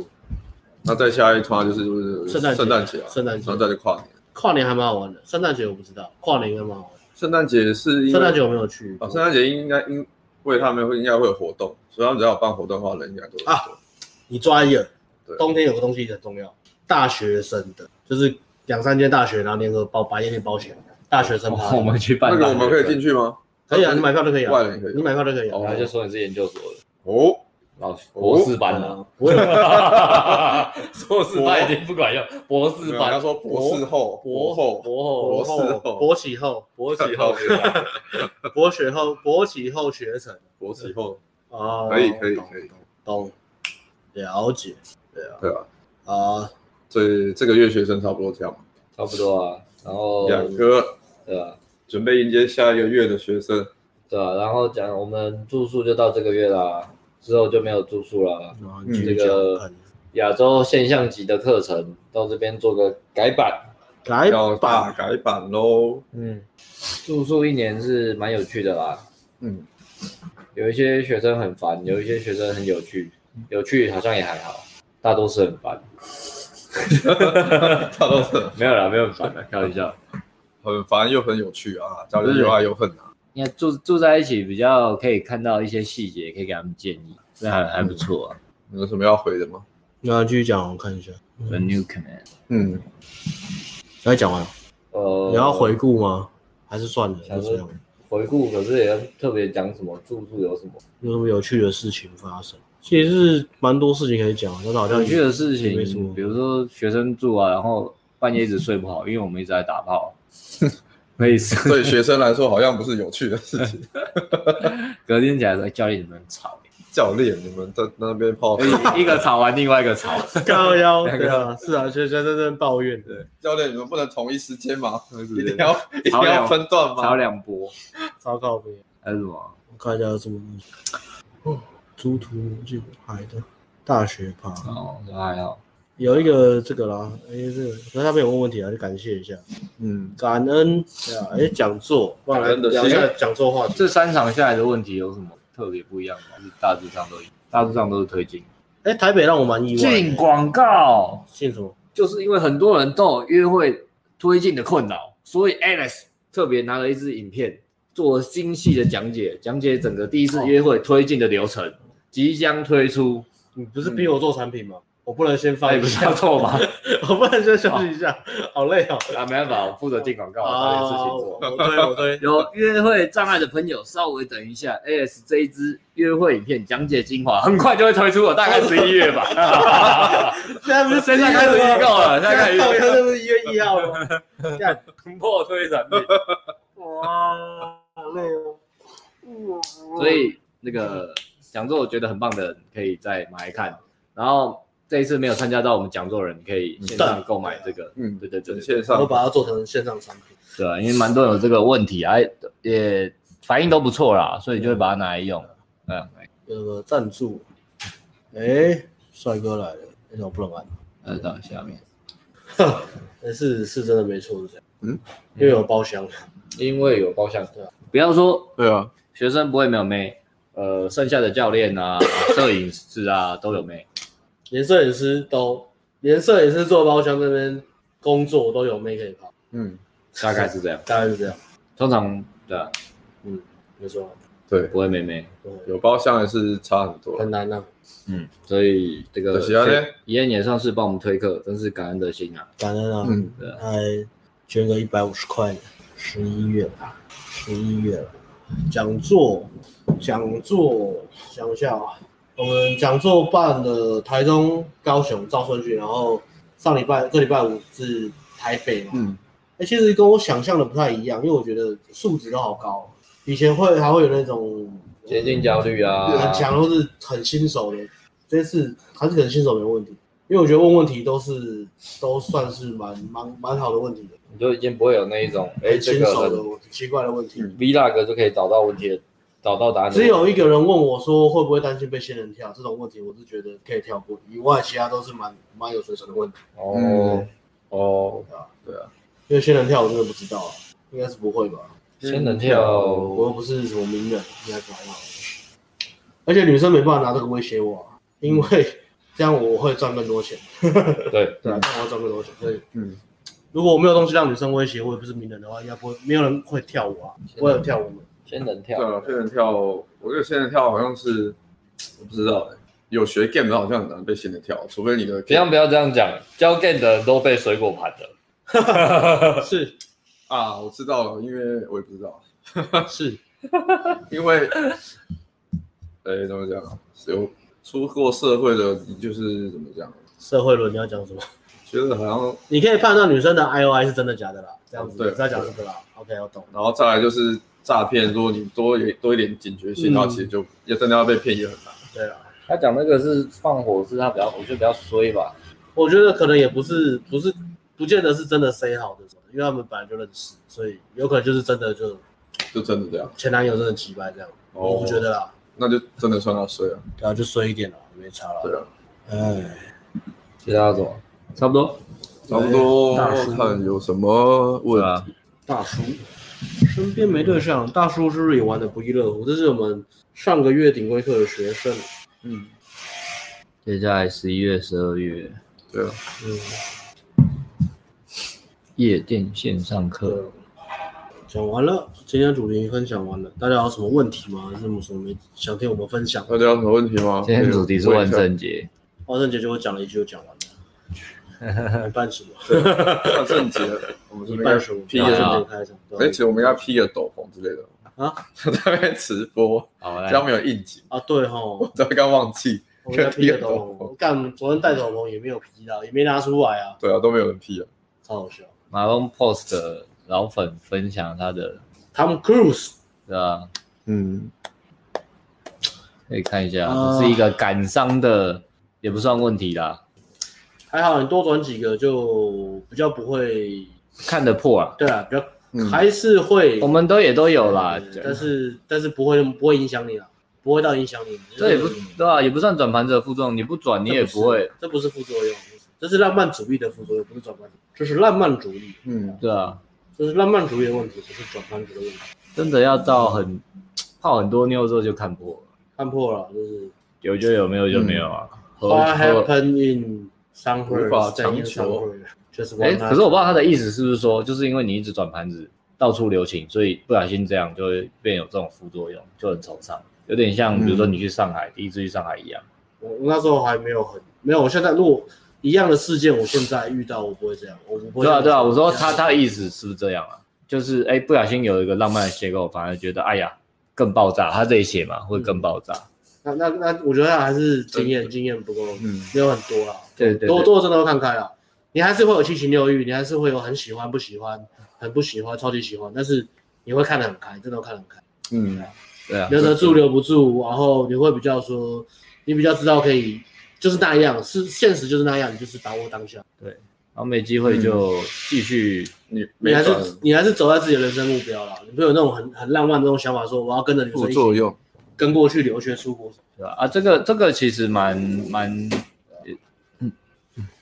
Speaker 2: 那再下一趟就是就是
Speaker 1: 圣诞节
Speaker 2: 圣诞节啊，
Speaker 1: 圣诞节
Speaker 2: 然后再就跨年。
Speaker 1: 跨年还蛮好玩的，圣诞节我不知道，跨年应该蛮好玩的。
Speaker 2: 圣诞节是因为
Speaker 1: 圣诞节我没有去
Speaker 2: 啊，圣诞节应该应为他们会应该会有活动，所以他们只要有办活动的话，人应该都会
Speaker 1: 啊
Speaker 2: 多
Speaker 1: 你抓一个
Speaker 2: 对，
Speaker 1: 冬天有个东西很重要，大学生的，就是两三间大学，然后联合包把夜店包起来，大学
Speaker 4: 哦
Speaker 1: 生趴，
Speaker 3: 我们去办
Speaker 2: 那
Speaker 3: 大学生，
Speaker 2: 个我们可以进去吗？哦
Speaker 1: 可以啊，你买票就可以啊，
Speaker 2: 外人可以
Speaker 1: 你买票就可以啊，
Speaker 2: 哦
Speaker 4: 然后就说你是研究所的，
Speaker 2: 哦，
Speaker 4: 然后博士班的、
Speaker 1: 啊，我有
Speaker 2: 哦
Speaker 4: 硕士班已经不 管用，博士
Speaker 2: 没有他
Speaker 4: 班
Speaker 2: 说博士后，博后，
Speaker 4: 博后
Speaker 2: 博士后
Speaker 1: 博起后，
Speaker 4: 哦博起后学长，
Speaker 1: 博学后，博起后学成，
Speaker 2: 博士后，
Speaker 1: 哦，
Speaker 2: 可以可以
Speaker 1: 懂
Speaker 2: 可以，
Speaker 1: 懂，了解，对啊，
Speaker 2: 对啊，
Speaker 1: 啊，
Speaker 2: 所以这个月学生差不多这样嘛，
Speaker 4: 差不多啊。然后
Speaker 2: 两个
Speaker 4: 对吧、
Speaker 2: 准备迎接下一个月的学生，
Speaker 4: 对啊，然后讲我们住宿就到这个月啦，之后就没有住宿啦。
Speaker 1: 然后
Speaker 2: 嗯
Speaker 1: 继续
Speaker 4: 这个
Speaker 1: 讲看
Speaker 4: 亚洲现象级的课程到这边做个改版，
Speaker 1: 改
Speaker 2: 要大
Speaker 1: 版，
Speaker 2: 改版喽，
Speaker 4: 嗯，住宿一年是蛮有趣的啦。
Speaker 2: 嗯，
Speaker 4: 有一些学生很烦，有一些学生很有趣，有趣好像也还好，大多是很烦。
Speaker 2: 他都是
Speaker 4: 没有啦，没有很烦的，开玩笑。
Speaker 2: 很烦又很有趣啊，假日有爱有恨啊，
Speaker 3: 因为住住在一起比较可以看到一些细节，可以给他们建议，那还还不错啊。
Speaker 2: 你有什么要回的吗？
Speaker 1: 那继续讲，我看一下，
Speaker 3: The new command，
Speaker 2: 嗯，
Speaker 1: 来讲完了，
Speaker 4: 呃，
Speaker 1: 你要回顾吗？还是算了，就
Speaker 4: 想
Speaker 1: 这
Speaker 4: 说
Speaker 1: 样。
Speaker 4: 回顾，可是也要特别讲什么住宿有什么。
Speaker 1: 有什么有趣的事情发生？其实是蛮多事情可以讲，啊但是好像
Speaker 3: 有趣的事
Speaker 1: 没什么
Speaker 3: 情，比如说学生住啊，然后半夜一直睡不好，因为我们一直在打炮， 没事。
Speaker 2: 对学生来说好像不是有趣的事情，
Speaker 3: 隔天起来说哎教练你们很吵，
Speaker 2: 教练你们在那边 泡
Speaker 3: 哎一一个吵完另外一个 吵，
Speaker 1: 高腰，对啊，是啊，学生在这抱怨的，
Speaker 2: 对，教练，你们不能同一时间吗？一
Speaker 3: 一
Speaker 2: 定要一定要分段
Speaker 3: 吵
Speaker 2: 吗？
Speaker 3: 两波，
Speaker 1: 糟糕呗。
Speaker 3: 还是什么？
Speaker 1: 我看一下有什么东西。哦，猪图就海的大学趴，
Speaker 3: 哦，那还好。
Speaker 1: 有一个这个啦，哎、这个，可是他没有问问题啊，就感谢一下，
Speaker 2: 嗯，
Speaker 1: 感恩，对啊，哎、讲座，不然来
Speaker 2: 感恩的
Speaker 1: 聊一
Speaker 2: 心
Speaker 1: 下讲座话题。
Speaker 3: 这三场下来的问题有什么特别不一样吗？还是大致上都一大致上都是推进
Speaker 1: 哎、台北让我蛮意外的，
Speaker 3: 进广告，
Speaker 1: 信什么？
Speaker 3: 就是因为很多人都有约会推进的困扰，所以 Alice 特别拿了一支影片做了精细的讲解，讲解整个第一次约会推进的流程，即将推出，
Speaker 1: 你不是逼我做产品吗？我不能先放
Speaker 3: 嗯哎，
Speaker 1: 一
Speaker 3: 不是
Speaker 1: 下
Speaker 3: 要，错吗？
Speaker 1: 我不能先休息一下，好累哦。
Speaker 3: 啊，没办法，我负责进广告，我找点事情做。
Speaker 1: 啊我推我推，
Speaker 3: 有约会障碍的朋友，稍微等一下，AS 这一支约会影片讲解精华很快就会推出了，大概十一月吧。
Speaker 1: 现在不是
Speaker 3: 现在开始预告了，现在开始预
Speaker 1: 到底
Speaker 3: 告，
Speaker 1: 这不是一月一号吗？干
Speaker 3: 突破推展力。
Speaker 1: 哇，好累哦。
Speaker 3: 所以那个讲座我觉得很棒的，可以再买来看。然后这一次没有参加到我们讲座的人，可以线上购买这个。
Speaker 2: 嗯，
Speaker 3: 对对对
Speaker 2: 整
Speaker 3: 对
Speaker 2: 线
Speaker 1: 我
Speaker 2: 上
Speaker 1: 把它做成线上产品。
Speaker 3: 对啊，因为蛮多人有这个问题啊，也反应都不错啦，所以就会把它拿来用。嗯，
Speaker 1: 有个赞助，哎、帅哥来了，为什么不能按？
Speaker 4: 嗯
Speaker 3: 那就到下面。
Speaker 1: 但是是真的没错，是这样。
Speaker 2: 嗯，
Speaker 1: 因为有包厢，
Speaker 4: 因为有包厢，啊
Speaker 3: 不要说
Speaker 2: 对啊，
Speaker 3: 学生不会没有妹，呃，剩下的教练啊、摄影师啊都有妹。
Speaker 1: 连摄影师都，连摄影师做包厢这边工作都有妹可以泡，
Speaker 2: 嗯，
Speaker 3: 大概是这样。
Speaker 1: 大概是这样。
Speaker 3: 通常对啊，
Speaker 1: 嗯，没错，
Speaker 2: 对，
Speaker 3: 不会没妹。
Speaker 1: 对
Speaker 2: 有包厢还是差很多
Speaker 1: 很。难啊，
Speaker 3: 嗯，所以这个
Speaker 2: 可惜啊呢
Speaker 3: 怡燕也算是帮我们推课，真是感恩的心啊。
Speaker 1: 感恩啊，
Speaker 2: 嗯，
Speaker 1: 还捐个一百五十块，十一月吧，十一月了。讲座，讲座，想一下啊，我们讲座办的台中、高雄、照顺序，然后上礼拜这礼拜五是台北嘛，
Speaker 2: 嗯，
Speaker 1: 哎、其实跟我想象的不太一样，因为我觉得素质都好高，以前会还会有那种
Speaker 4: 接近焦虑啊
Speaker 1: 很，强都是很新手的，这次还是很新手没问题，因为我觉得问问题都是都算是蛮蛮蛮好的问题的，
Speaker 4: 你就已经不会有那一种，哎，
Speaker 1: 很
Speaker 4: 这
Speaker 1: 新
Speaker 4: 个
Speaker 1: 手
Speaker 4: 很嗯
Speaker 1: 的很奇怪的问题。
Speaker 4: vlog 就可以找到问题的，找到答案的。
Speaker 1: 只有一个人问我说会不会担心被仙人跳这种问题，我是觉得可以跳过，以外其他都是蛮蛮有水准的问题，
Speaker 4: 哦
Speaker 2: 嗯
Speaker 4: 哦，
Speaker 2: 对啊，
Speaker 1: 因为仙人跳我真的不知道啊，应该是不会吧？
Speaker 4: 仙人跳，
Speaker 2: 嗯
Speaker 1: 我又不是什么名人，应该还好。而且女生没办法拿这个威胁我啊、因为这样我会赚更多钱。
Speaker 4: 嗯对，
Speaker 1: 对啊，这样我会赚更多钱。所以
Speaker 2: 嗯，
Speaker 1: 如果我没有东西让女生威胁，我也不是名人的话，应该不会没有人会跳舞啊，不会有跳舞的。
Speaker 4: 仙人
Speaker 2: 对
Speaker 4: 跳
Speaker 2: 啊，仙人跳，我觉得仙人跳好像是，我不知道哎，有学 game 的好像很难被仙人跳，除非你的
Speaker 4: 尽量不要这样讲，教 game 的人都被水果盘了。
Speaker 1: 是
Speaker 2: 啊，我知道了，因为我也不知道，
Speaker 1: 是，
Speaker 2: 因为， 哎，怎么讲啊？有出过社会的，你就是怎么讲？
Speaker 1: 社会论你要讲什么？
Speaker 2: 觉得好像，
Speaker 1: 你可以判断女生的 I O I 是真的假的啦，这样子
Speaker 2: 哦对
Speaker 1: 你是要讲这个啦。OK，我懂。
Speaker 2: 然后再来就是诈骗，如果你多一多一点警觉性，
Speaker 1: 嗯
Speaker 2: 然后其实就要真的要被骗也很难。
Speaker 1: 对了，
Speaker 4: 他讲那个是放火，是他比较，我觉得比较衰吧。
Speaker 1: 我觉得可能也不是不是不见得是真的 say 好的什么的，因为他们本来就认识，所以有可能就是真的就
Speaker 2: 就真的这样，
Speaker 1: 前男友真的奇掰这样，
Speaker 2: 哦
Speaker 1: 我不觉得啦，
Speaker 2: 那就真的算他衰啊。
Speaker 1: 对啊，就衰一点啦，没差啦。
Speaker 2: 对啊，
Speaker 1: 哎，
Speaker 4: 其他什么？
Speaker 3: 差不多，
Speaker 2: 差不多
Speaker 1: 大叔
Speaker 2: 看有什么问
Speaker 3: 啊
Speaker 2: 题。
Speaker 1: 大叔身边没对象，大叔是不是也玩的不亦乐乎？这是我们上个月顶规课的学生，
Speaker 2: 嗯，
Speaker 3: 接下来十一月、十二月
Speaker 2: 对啊，
Speaker 1: 嗯，
Speaker 3: 夜店线上
Speaker 1: 对
Speaker 3: 课，。
Speaker 1: 讲完了，今天主题分享完了，大家有什么问题吗？还是有什么没想听我们分享？
Speaker 2: 大家有什么问题吗？
Speaker 3: 今天主题是
Speaker 2: 可以问
Speaker 3: 万
Speaker 2: 一下，
Speaker 3: 圣节，
Speaker 1: 万圣节就我讲了一句就讲完了，你 办什么？
Speaker 2: 万圣节，我们这
Speaker 1: 你
Speaker 2: 边
Speaker 1: 办什么？
Speaker 2: 批
Speaker 1: 万
Speaker 2: 个，
Speaker 3: 啊
Speaker 1: 圣节开场，
Speaker 2: 哎，
Speaker 1: 对
Speaker 2: 其实我们要批个斗篷之类的
Speaker 1: 啊，
Speaker 2: 在那边直播，
Speaker 3: 好
Speaker 2: 这
Speaker 3: 来
Speaker 2: 样没有应景，
Speaker 1: 啊，对 吼，
Speaker 2: 这样刚忘记。
Speaker 1: 我们在披着斗篷，哦干，昨天戴斗篷也没有披到，也没拿出来啊，
Speaker 2: 对啊，都没有人批啊。
Speaker 1: 超好笑。
Speaker 3: 马龙 Post 的老粉分享他的，
Speaker 1: Tom Cruise，
Speaker 3: 对吧？
Speaker 2: 嗯，
Speaker 3: 可以看一下，
Speaker 1: 啊
Speaker 3: 这是一个感伤的，也不算问题啦，
Speaker 1: 还好你多转几个就比较不会，
Speaker 3: 看得破啦。
Speaker 1: 对啊，比较、
Speaker 2: 嗯
Speaker 1: 还是会，
Speaker 3: 我们都也都有啦，
Speaker 1: 对但是但是不会不会影响你啦，不会到影响你。
Speaker 3: 这也不
Speaker 1: 就是
Speaker 3: 对啊，也不算转盘子的负重，你不转你也不会，，
Speaker 1: 这不是这不是副作用，这是浪漫主义的副作用，不是转换，这是浪漫主义，
Speaker 2: 嗯，
Speaker 3: 对啊，
Speaker 1: 这是浪漫主义的问题，不是转换主义的问题。
Speaker 3: 真的要到很泡很多妞之后就看破了，
Speaker 1: 看破了，就是
Speaker 3: 有就有，没有就没有啊。喝
Speaker 1: What
Speaker 3: 喝
Speaker 1: happened in somewhere，
Speaker 2: 无法
Speaker 1: stay in
Speaker 2: 强求
Speaker 1: somewhere，就是
Speaker 3: 哎、可是我不知道他的意思是不是说，就是因为你一直转盘子，到处流行，所以不小心这样就会变有这种副作用，就很惆怅，有点像比如说你去上海、第一次去上海一样。
Speaker 1: 我我那时候还没有很没有，我现在如果一样的事件，我现在遇到我不会这样，我不会。
Speaker 3: 对啊对啊，我说他他的意思是不是这样啊？就是哎、不小心有一个浪漫的邂逅，反而觉得哎呀更爆炸，他这里写嘛会更爆炸。
Speaker 1: 那那那，我觉得他还是经验经验不够，
Speaker 2: 嗯
Speaker 1: 没有很多啦，
Speaker 3: 对对
Speaker 1: 多
Speaker 3: 对
Speaker 1: 多真的会看开啦。你还是会有七情六欲，你还是会有很喜欢、不喜欢、很不喜欢、超级喜欢，但是你会看得很开，真的会看得很开，
Speaker 2: 嗯，
Speaker 3: 对啊，
Speaker 1: 留得住留不住，然后你会比较说，你比较知道可以就是那样，是现实就是那样，你就是把握当下，
Speaker 3: 然后没机会就继续
Speaker 2: 你没
Speaker 1: 你还是
Speaker 2: 转
Speaker 1: 你还是走在自己的人生目标啦，你不会有那种很很浪漫的那种想法，说我要跟着女
Speaker 2: 副
Speaker 1: 生一起
Speaker 2: 作用，
Speaker 1: 跟过去留学出国，
Speaker 3: 对吧？啊，这个这个其实蛮蛮，嗯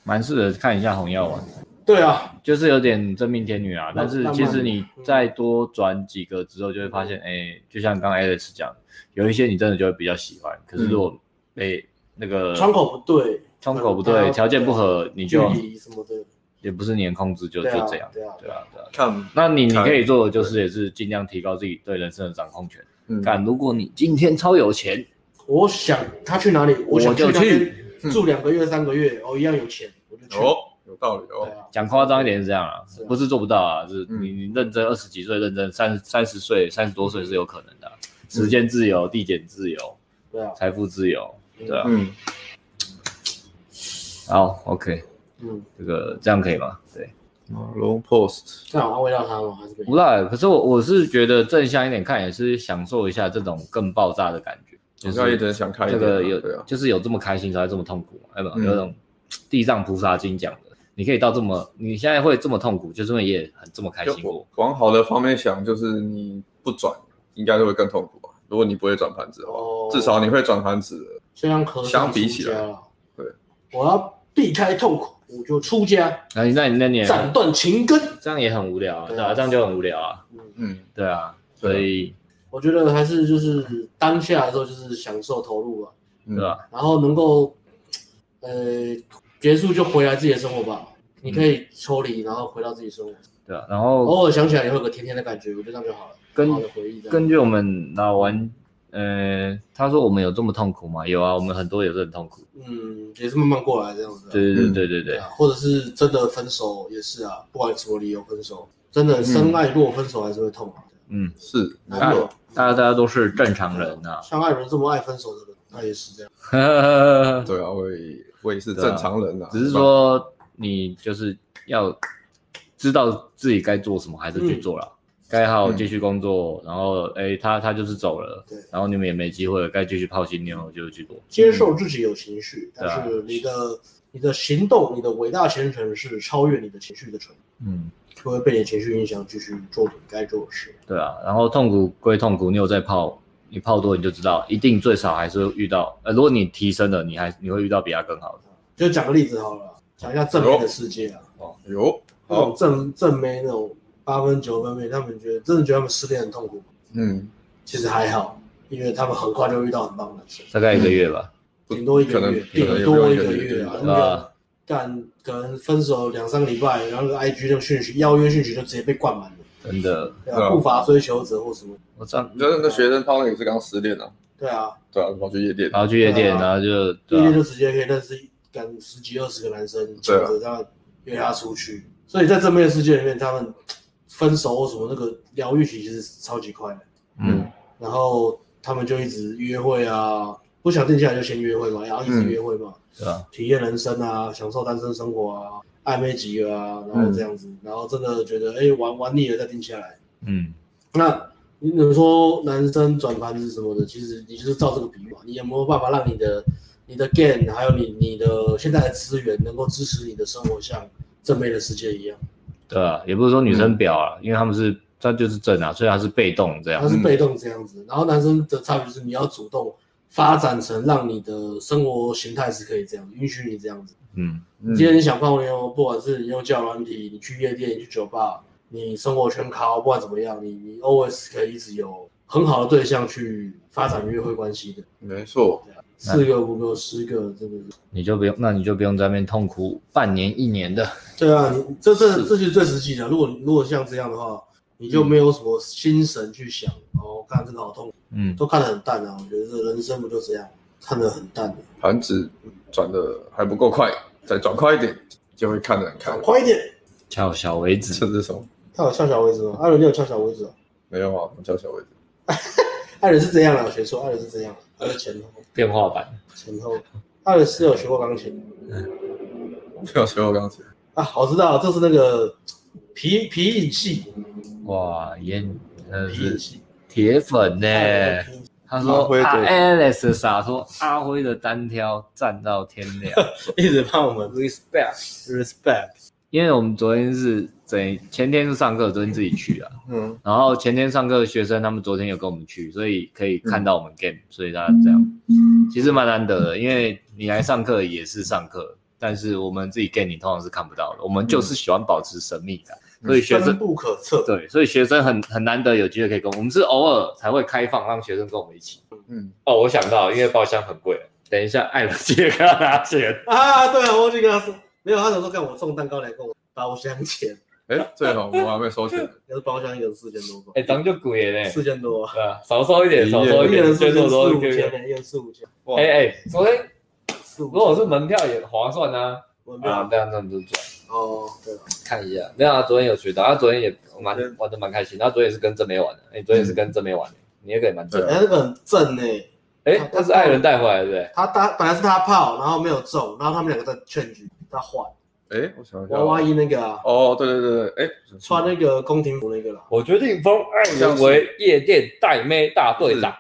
Speaker 3: 蛮适合看一下红药丸，
Speaker 1: 对啊，
Speaker 3: 就是有点真命天女啊。但是
Speaker 1: 浪漫嗯
Speaker 3: 其实你再多转几个之后，就会发现，哎、就像刚刚 Alex 讲，有一些你真的就会比较喜欢。可是如果被、那个
Speaker 1: 嗯窗口不对，
Speaker 3: 嗯窗口不
Speaker 1: 可能
Speaker 3: 对，
Speaker 1: 他
Speaker 3: 条件不合，你
Speaker 1: 距
Speaker 3: 就
Speaker 1: 离什么的，
Speaker 3: 也不是你能控制，就
Speaker 1: 对啊
Speaker 3: 就这样，
Speaker 1: 对啊
Speaker 3: 对啊，对啊。
Speaker 2: 看
Speaker 3: 那你你可以做的就是也是尽量提高自己对人生的掌控权。
Speaker 2: 嗯
Speaker 3: 干，如果你今天超有钱，
Speaker 1: 我想他去哪里，我想
Speaker 3: 就
Speaker 1: 那
Speaker 3: 去
Speaker 1: 边住两个月、三个月，哦，一样有钱，我就去。
Speaker 2: 哦，有道理
Speaker 1: 对
Speaker 2: 哦，
Speaker 1: 啊，
Speaker 3: 讲夸张一点是这样啊
Speaker 1: 是啊，
Speaker 3: 不是做不到啊，是
Speaker 2: 嗯
Speaker 3: 你你认真二十几岁认真三三十岁三十多岁是有可能的啊，
Speaker 1: 嗯
Speaker 3: 时间自由、地点自由、
Speaker 1: 对啊，
Speaker 3: 财富自由，对啊。
Speaker 2: 嗯，
Speaker 3: 好，OK，
Speaker 1: 嗯，
Speaker 3: 这个这样可以吗？对，
Speaker 2: 啊 long post，
Speaker 1: 这样安慰到他吗？还是没
Speaker 3: 不赖。可是我我是觉得正向一点看，也是享受一下这种更爆炸的感觉，就
Speaker 2: 我现在一
Speaker 3: 是
Speaker 2: 直想开一
Speaker 3: 这
Speaker 2: 点
Speaker 3: 个
Speaker 2: 啊，
Speaker 3: 有
Speaker 2: 对啊，
Speaker 3: 就是有这么开心才会这么痛苦嘛，哎不，
Speaker 2: 嗯
Speaker 3: 有种地藏菩萨经讲的，你可以到这么，你现在会这么痛苦，就是因为你也很这么开
Speaker 2: 就
Speaker 3: 心过。
Speaker 2: 往好的方面想，就是你不转，应该就会更痛苦吧。如果你不会转盘子的话，
Speaker 1: 哦
Speaker 2: 至少你会转盘子的。
Speaker 1: 这样可
Speaker 2: 相比起来，对，
Speaker 1: 我要避开痛苦，我就出家，
Speaker 3: 那你那你那你也
Speaker 1: 斩断情根。
Speaker 3: 这样也很无聊啊，
Speaker 1: 对
Speaker 3: 对
Speaker 1: 啊
Speaker 3: 啊，这样就很无聊啊，
Speaker 1: 嗯，
Speaker 2: 嗯，
Speaker 3: 对啊，
Speaker 2: 对啊
Speaker 3: 所以
Speaker 1: 我觉得还是就是当下的时候就是享受投入吧，
Speaker 2: 嗯
Speaker 3: 对啊吧？
Speaker 1: 然后能够呃结束就回来自己的生活吧。你可以抽离，然后回到自己生活，
Speaker 3: 对啊，然后
Speaker 1: 偶尔想起来也会有个甜甜的感觉，我觉得这样就好了。
Speaker 3: 根
Speaker 1: 好的回忆这样，
Speaker 3: 根据我们老玩，呃，他说我们有这么痛苦吗？有啊，我们很多也是很痛苦。
Speaker 1: 嗯，也是慢慢过来这样子啊、
Speaker 3: 对对
Speaker 2: 嗯
Speaker 3: 对对对对
Speaker 1: 啊，或者是真的分手也是啊，不管什么理由分手，真的深爱过分手还是会痛啊，
Speaker 3: 嗯，
Speaker 2: 是，
Speaker 1: 难免。
Speaker 3: 大家大家都是正常人啊呐、
Speaker 1: 像爱人这么爱分手的人，那也是这样。
Speaker 3: 啊，
Speaker 2: 对啊，我也我也是正常人啊，
Speaker 3: 只是说你就是要知道自己该做什么，还是去做了。该好好继续工作，然后哎，他他就是走了
Speaker 1: 对，
Speaker 3: 然后你们也没机会了，该继续泡新妞就去做。
Speaker 1: 接受自己有情绪，
Speaker 3: 对啊
Speaker 1: 但是你的你的行动，你的伟大前程是超越你的情绪的存在，
Speaker 3: 嗯，
Speaker 1: 不会被你的情绪影响，继续做你该做的事。
Speaker 3: 对啊，然后痛苦归痛苦，你有在泡，你泡多你就知道，一定最少还是会遇到。呃，如果你提升了，你还你会遇到比他更好的。
Speaker 1: 就讲个例子好了，讲一下正面的世界啊，
Speaker 2: 有
Speaker 1: 那种
Speaker 2: 好，
Speaker 1: 正正妹那种八分九分妹，他们觉得真的觉得他们失恋很痛苦吗，
Speaker 2: 嗯，
Speaker 1: 其实还好，因为他们很快就遇到很棒的男生。
Speaker 3: 大概一个月吧，
Speaker 2: 不
Speaker 1: 顶多一个
Speaker 2: 可能
Speaker 1: 月，
Speaker 2: 可能
Speaker 1: 顶
Speaker 2: 也不
Speaker 1: 多
Speaker 2: 用
Speaker 1: 一
Speaker 2: 一
Speaker 1: 个
Speaker 2: 个
Speaker 1: 月啊，
Speaker 2: 对
Speaker 1: 那
Speaker 3: 吧
Speaker 1: 个干可能分手两三个礼拜，然后那个 IG 那个讯息邀约讯息就直接被灌满了，
Speaker 3: 真的，
Speaker 1: 对
Speaker 2: 对
Speaker 1: 啊，
Speaker 2: 啊
Speaker 1: 不乏追求者或什么，
Speaker 3: 我这样，
Speaker 2: 就是那学生他们也是刚失恋啊，
Speaker 1: 对啊，
Speaker 2: 对啊，跑去夜店，
Speaker 3: 然后去夜店，
Speaker 1: 对啊
Speaker 3: 然后就
Speaker 1: 夜
Speaker 3: 对
Speaker 1: 天
Speaker 3: 啊，
Speaker 1: 就直接可以认识干十几二十个男生，
Speaker 2: 对
Speaker 1: 抢
Speaker 2: 啊
Speaker 1: 着这样约他出去，所以在正面的世界里面，他们分手或什么那个疗愈期其实是超级快的，
Speaker 3: 嗯，
Speaker 1: 然后他们就一直约会啊，不想定下来就先约会嘛，然后一直
Speaker 2: 嗯
Speaker 1: 约会嘛，
Speaker 3: 对吧？
Speaker 1: 体验人生啊，享受单身生活啊，暧昧几个啊，然后这样子，然后真的觉得哎、玩玩腻了再定下来。
Speaker 3: 嗯，
Speaker 1: 那你能说男生转盘子什么的，其实你就是照这个比喻嘛，你有没有办法让你的你的 gain 还有你你的现在的资源能够支持你的生活像正妹的世界一样？
Speaker 3: 对啊，也不是说女生婊啊，因为他们是他就是正啊，所以他是被动这样
Speaker 1: 他。是被动这样子，然后男生的差别是你要主动发展成让你的生活形态是可以这样，允许你这样子。
Speaker 3: 嗯，
Speaker 2: 嗯
Speaker 1: 今天你想泡妞，不管是你用交友软体，你去夜店，你去酒吧，你生活圈靠，不管怎么样，你你 always 可以一直有很好的对象去发展约会关系的，
Speaker 2: 没错，
Speaker 1: 四个、五个、十个，这个，
Speaker 3: 你就不用，那你就不用在那边痛苦半年一年的。
Speaker 1: 对啊，你这这这是最实际的。如果如果像这样的话，你就没有什么心神去想、哦，看这个好痛苦，
Speaker 3: 嗯，
Speaker 1: 都看得很淡啊。我觉得这人生不就这样，看得很淡的，
Speaker 2: 盘子转的还不够快，再转快一点，就会看得很开
Speaker 1: 赶。快一点。
Speaker 3: 翘小为止。
Speaker 2: 这是什么？
Speaker 1: 他有翘小位置吗？艾伦，你有翘小位置哦。
Speaker 2: 没有啊，我叫小伟。
Speaker 1: 艾伦是这样的，我学错，艾伦是这样的，艾伦前后。
Speaker 3: 变化版，
Speaker 1: 前后。艾伦是有学过钢琴
Speaker 2: 我没有学过钢琴，
Speaker 1: 啊，我知道，这是那个皮皮影戏，
Speaker 3: 哇，烟
Speaker 1: 皮影
Speaker 3: 真的呃是哎
Speaker 1: 戏。
Speaker 3: 铁粉呢、
Speaker 1: 哎艾伦的皮影戏
Speaker 3: 他说
Speaker 2: 阿辉的
Speaker 3: 啊，Alex 傻说阿辉的单挑战到天亮
Speaker 1: 一直帮我们
Speaker 4: ，respect，
Speaker 1: respect，
Speaker 3: 因为我们昨天是整前天是上课，昨天自己去啊，
Speaker 2: 嗯，
Speaker 3: 然后前天上课的学生他们昨天有跟我们去，所以可以看到我们 game，、所以大家这样其实蛮难得的，因为你来上课也是上课，但是我们自己 game 你通常是看不到的，我们就是喜欢保持神秘感，所以学生
Speaker 1: 深不可测。
Speaker 3: 对，所以学生很很难得有机会可以跟我们，我们是偶尔才会开放让学生跟我们一起。
Speaker 2: 嗯，
Speaker 3: 哦，我想到，因为包厢很贵，等一下艾伦杰克要拿钱。
Speaker 1: 啊，对啊，我忘记跟他说，没有，他想说看我送蛋糕来跟我包厢钱，
Speaker 2: 哎，对哦，我还没收钱，
Speaker 1: 要是包厢一个人四千多块，
Speaker 3: 哎、咱就贵嘞，
Speaker 1: 四千多啊，
Speaker 3: 对啊，少收一点，少收
Speaker 1: 一个
Speaker 3: 一点，
Speaker 1: 人四
Speaker 3: 最
Speaker 1: 千
Speaker 3: 多
Speaker 1: 四
Speaker 3: 多一
Speaker 1: 五
Speaker 3: 个
Speaker 1: 千
Speaker 3: 月。
Speaker 1: 呢，一人四五千，
Speaker 2: 哇
Speaker 3: 哎，哎、昨天
Speaker 1: 四五
Speaker 3: 如
Speaker 1: 千
Speaker 3: 果是门票也划算啊。
Speaker 1: 我没有
Speaker 3: 啊，这样这样就赚。
Speaker 1: 哦，对了，
Speaker 4: 看一下，
Speaker 3: 没有啊，昨天有学到，他、昨天也蛮
Speaker 2: 嗯
Speaker 3: 玩的蛮开心，他昨天也是跟真梅玩的，哎、昨天也是跟真梅玩的，你那个也蛮正
Speaker 2: 对
Speaker 3: 的。
Speaker 1: 哎，那个很正呢，
Speaker 3: 哎、
Speaker 2: 啊
Speaker 3: 他是艾伦带回来的，对不对？
Speaker 1: 他打本来是他泡，然后没有中，然后他们两个在劝局，他换
Speaker 2: 哎，我想一下
Speaker 1: 娃，娃衣那个啊，
Speaker 2: 哦，对对对对，哎，
Speaker 1: 穿那个宫廷服那个啦，
Speaker 3: 我决定封艾伦为夜店带妹大队长。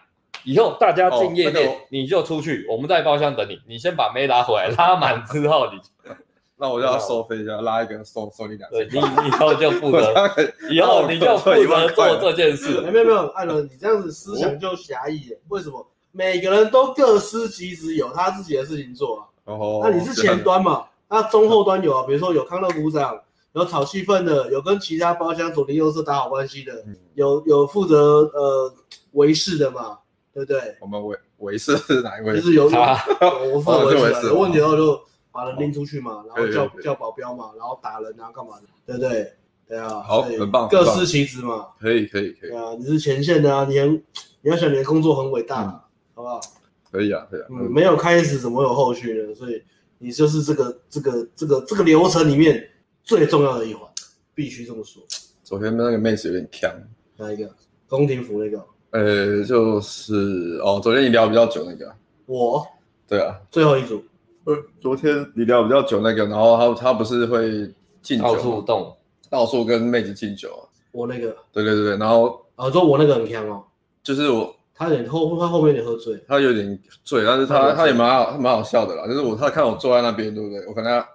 Speaker 3: 以后大家进夜
Speaker 2: 哦那个
Speaker 3: 店
Speaker 2: 我，
Speaker 3: 你就出去，我们在包厢等你。你先把妹拉回来，拉满之后 你，
Speaker 2: 那我就
Speaker 1: 啊
Speaker 2: 要收费一下，拉一个人送送你两千，
Speaker 3: 对你你以后就负
Speaker 2: 我
Speaker 3: 责，
Speaker 2: 大概
Speaker 3: 以后你就负责做这件
Speaker 1: 哎，
Speaker 3: 事。
Speaker 1: 没有没有，艾伦，你这样子思想就狭义耶，为什么？每个人都各司其职，有他自己的事情做啊。
Speaker 2: 哦，啊
Speaker 1: 那你是前端嘛？那中后端有啊，比如说有康乐鼓掌，有炒气氛的，有跟其他包厢左邻右舍打好关系的，
Speaker 2: 嗯
Speaker 1: 有有负责呃维持的嘛，对不对？
Speaker 2: 我们维维是是哪一位
Speaker 1: 就？是有有
Speaker 3: 啊
Speaker 1: 我负责
Speaker 2: 哦就
Speaker 1: 维
Speaker 2: 维
Speaker 1: 持
Speaker 2: 持
Speaker 1: 的，有问题然后就把人拎出去嘛，然后
Speaker 2: 对对
Speaker 1: 叫
Speaker 2: 对
Speaker 1: 叫保镖嘛，然后打人啊干嘛的，对不对？对啊，
Speaker 2: 好
Speaker 1: 所以
Speaker 2: 很棒
Speaker 1: 各
Speaker 2: 很
Speaker 1: 司
Speaker 2: 棒
Speaker 1: 其职嘛。
Speaker 2: 可以可以可
Speaker 1: 对
Speaker 2: 以
Speaker 1: 啊，你是前线的啊，你很你要想你的工作很伟
Speaker 2: 嗯
Speaker 1: 大啊，好不好？
Speaker 2: 可以啊可以啊，
Speaker 1: 嗯，没有开始怎么会有后续呢？所以你就是这个这个这个这个流程里面最重要的一环，必须这么说。
Speaker 2: 昨天那个妹子有点呛，
Speaker 1: 哪一个？宫廷服那个？
Speaker 2: 呃，就是哦，昨天你聊比较久那个啊，
Speaker 1: 我
Speaker 2: 对啊，
Speaker 1: 最后一组，
Speaker 2: 呃，昨天你聊比较久那个，然后他他不是会敬
Speaker 3: 到
Speaker 2: 酒
Speaker 3: 处
Speaker 2: 吗，
Speaker 3: 动，
Speaker 2: 到处跟妹子敬酒啊，
Speaker 1: 我那个，
Speaker 2: 对对对对，然后
Speaker 1: 啊，说我那个很香哦，
Speaker 2: 就是我
Speaker 1: 他有点后他后面有点喝醉，
Speaker 2: 他有点醉，但是他他也蛮好蛮好笑的啦，就是我他看我坐在那边，对不对？我跟他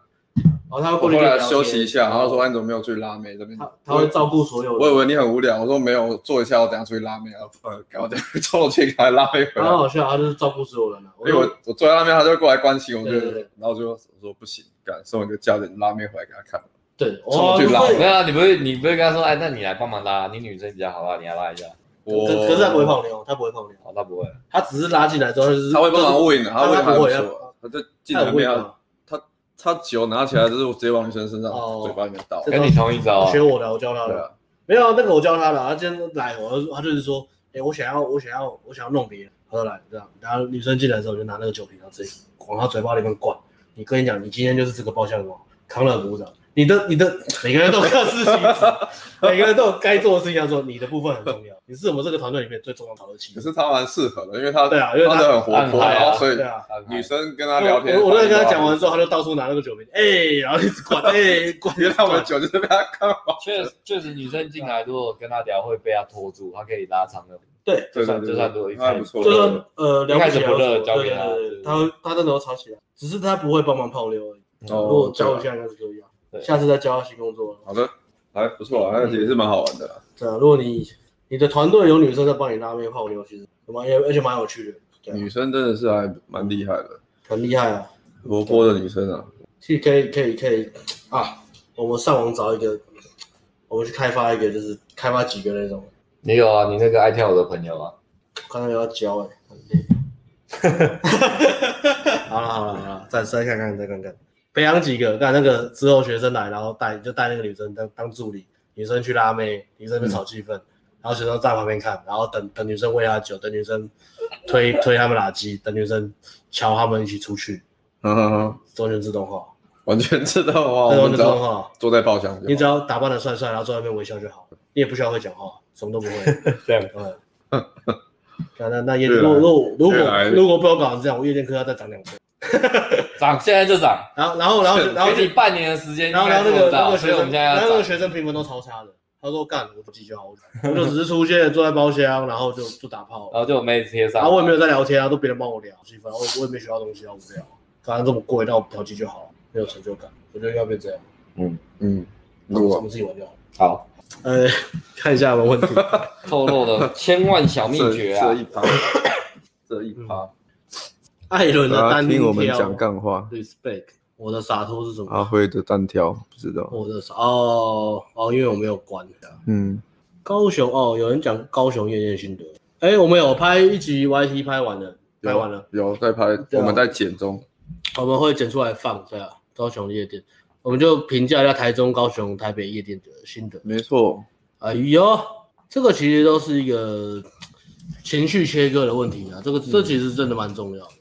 Speaker 1: 然后他会
Speaker 2: 我
Speaker 1: 过
Speaker 2: 后
Speaker 1: 去跟你
Speaker 2: 来
Speaker 1: 聊天
Speaker 2: 休息一下，然后说哎你怎么没有去拉妹这边？
Speaker 1: 哦他他会照顾所有
Speaker 2: 我以
Speaker 1: 人，
Speaker 2: 为你很无聊，我说没有，我坐一下，我等下出去拉面，然后呃，我 等下抽了去给他拉面回
Speaker 1: 他
Speaker 2: 来
Speaker 1: 很。好笑，他就是照顾所有人哦啊了。我
Speaker 2: 因为我我坐在那边，他就过来关心我，就
Speaker 1: 对对对
Speaker 2: 然后我就我说不行，赶送一个加点拉面回来给他看。
Speaker 1: 对，
Speaker 2: 冲
Speaker 1: 哦，
Speaker 2: 去拉
Speaker 1: 所以
Speaker 3: 没有啊，你不会，你不会跟他说，哎，那你来帮忙拉，你女生比较好拉，你来拉一下。
Speaker 2: 我
Speaker 1: 可可是他不会，泡妞，他不会泡妞，
Speaker 3: 哦，他不会，
Speaker 1: 他只是拉进来之后就是
Speaker 2: 他会帮忙，问的，啊他问
Speaker 1: 他
Speaker 2: 还
Speaker 1: 不
Speaker 2: 不
Speaker 1: 会啊
Speaker 2: 错，他就进
Speaker 1: 他
Speaker 2: 来
Speaker 1: 很会
Speaker 2: 面，
Speaker 1: 嘛，
Speaker 2: 他酒拿起来就是直接往女生身上
Speaker 1: 哦
Speaker 2: 嘴巴里面倒。
Speaker 1: 这
Speaker 3: 跟你同一招啊
Speaker 1: 学。我的，我教他
Speaker 2: 哦对
Speaker 1: 的。
Speaker 2: 啊，
Speaker 1: 没有啊，那个我教他的，他今天来，我就说他就是说，哎、我想要，我想要，我想要弄别人，他就来这样。然后女生进来的时候，我就拿那个酒瓶，然后直接往他嘴巴里面灌。你跟你讲，你今天就是这个包厢王，康乐鼓掌。你的你的每个人都有各司其 职，每个人都有该做的事情要做，你的部分很重要，你是我们这个团队里面最重要的气
Speaker 2: 可。 是他蛮适合的，因为他
Speaker 1: 对啊因为他
Speaker 2: 他真的很活泼，
Speaker 3: 他很嗨啊
Speaker 2: 然后所以
Speaker 1: 对啊，
Speaker 2: 女生跟他聊天，
Speaker 1: 我我在跟他讲完之后，他就到处拿那个酒瓶，哎、然后一直灌，哎、灌，
Speaker 2: 原来我们酒就是被他看完。
Speaker 3: 确实确实，女生进来如果跟他聊会被他拖住，他可以拉长的。
Speaker 1: 对，
Speaker 3: 就
Speaker 2: 对
Speaker 3: 算
Speaker 2: 对
Speaker 3: 就
Speaker 2: 对，
Speaker 3: 算多一
Speaker 2: 那还不错。
Speaker 1: 就算呃聊
Speaker 3: 一开始
Speaker 1: 起来
Speaker 3: 不
Speaker 1: 或什
Speaker 3: 热
Speaker 1: 么
Speaker 3: 交
Speaker 1: 对
Speaker 3: 给
Speaker 1: 对
Speaker 3: 他
Speaker 1: 对
Speaker 3: 对
Speaker 1: 对他会他真的会吵起来，只是他不会帮忙泡妞而已。如
Speaker 2: 哦
Speaker 1: 果教我一下应该是可以啊
Speaker 3: 对，啊
Speaker 1: 下次再教他新工作了。
Speaker 2: 好的，还不错
Speaker 1: 嗯
Speaker 2: 啊，那也是蛮好玩的啦。
Speaker 1: 对啊，如果你你的团队有女生在帮你拉妹泡妞，其实蛮也而且蛮有趣的，对啊
Speaker 3: 嗯
Speaker 2: 女生真的是还蛮厉害的，
Speaker 1: 很厉害啊。
Speaker 2: 活泼的女生啊。
Speaker 1: 其实可以可以可以啊，我们上网找一个，我们去开发一个，就是开发几个那种，
Speaker 3: 你有啊，你那个爱跳舞的朋友啊，
Speaker 1: 看到要教哎、很累。 好了好了好了，再再看看再看看，培养几个，看那个之后学生来，然后带就带那个女生当当助理，女生去拉妹，女生去炒气
Speaker 2: 嗯
Speaker 1: 氛，然后学生站旁边看，然后等等女生喂她酒，等女生推推他们垃圾，等女生瞧他们一起出去，
Speaker 2: 嗯哼哼，
Speaker 1: 完全自动化，
Speaker 2: 完全知道啊，
Speaker 1: 完全
Speaker 2: 我们
Speaker 1: 自
Speaker 2: 只
Speaker 1: 动
Speaker 2: 要
Speaker 1: 化，
Speaker 2: 坐在包厢就好，
Speaker 1: 你只要打扮的帅帅，然后坐在那边微笑就好了，你也不需要会讲话，什么都不会。
Speaker 3: 这样
Speaker 1: 嗯， 啊那那那夜
Speaker 2: 越
Speaker 1: 如
Speaker 2: 来
Speaker 1: 果如果
Speaker 2: 越来
Speaker 1: 如果被我搞成这样，我夜店课要再涨两倍。
Speaker 3: 涨现在就涨，
Speaker 1: 然后然后然后然后
Speaker 3: 给
Speaker 1: 就
Speaker 3: 你半年的时间，
Speaker 1: 然后然
Speaker 3: 应
Speaker 1: 后
Speaker 3: 该
Speaker 1: 那个
Speaker 3: 做不到
Speaker 1: 那个
Speaker 3: 所以
Speaker 1: 学
Speaker 3: 我
Speaker 1: 生
Speaker 3: 们现在
Speaker 1: 然后那
Speaker 3: 要
Speaker 1: 个
Speaker 3: 涨。
Speaker 1: 学生评分都超差的，他说干，我不计较，我我就只是出现坐在包厢，然后就就打炮了
Speaker 3: 呃
Speaker 4: 然后就有妹子贴上，
Speaker 1: 然后我也没有在聊天啊，都别人帮我聊，气氛，我我也没学到东西啊，无聊。反正这么贵，那我嫖妓就好了，没有成就感，我觉得要变这样，
Speaker 2: 嗯，如
Speaker 1: 我
Speaker 2: 果
Speaker 1: 们自己玩就好。
Speaker 4: 好
Speaker 1: 呃，看一下有没有问题。
Speaker 4: 透露了千万小秘诀啊
Speaker 2: 这！一趴，这一趴，
Speaker 1: 艾伦的
Speaker 2: 大家
Speaker 1: 单
Speaker 2: 听
Speaker 1: 挑，
Speaker 2: 我们讲干话。
Speaker 1: respect。我的洒脱是什么？
Speaker 2: 阿辉的单挑不知道，
Speaker 1: 我的洒哦哦，因为我没有关。
Speaker 2: 嗯，
Speaker 1: 高雄哦，有人讲高雄夜店心得。哎，我们有拍一集 YT 拍完了，拍完了，
Speaker 2: 有在拍，
Speaker 1: 对啊
Speaker 2: 我们在剪中，
Speaker 1: 我们会剪出来放。对啊，高雄夜店，我们就评价一下台中、高雄、台北夜店的心得。
Speaker 2: 没错，
Speaker 1: 哎呦，这个其实都是一个情绪切割的问题啊，这个这其实真的蛮重要的。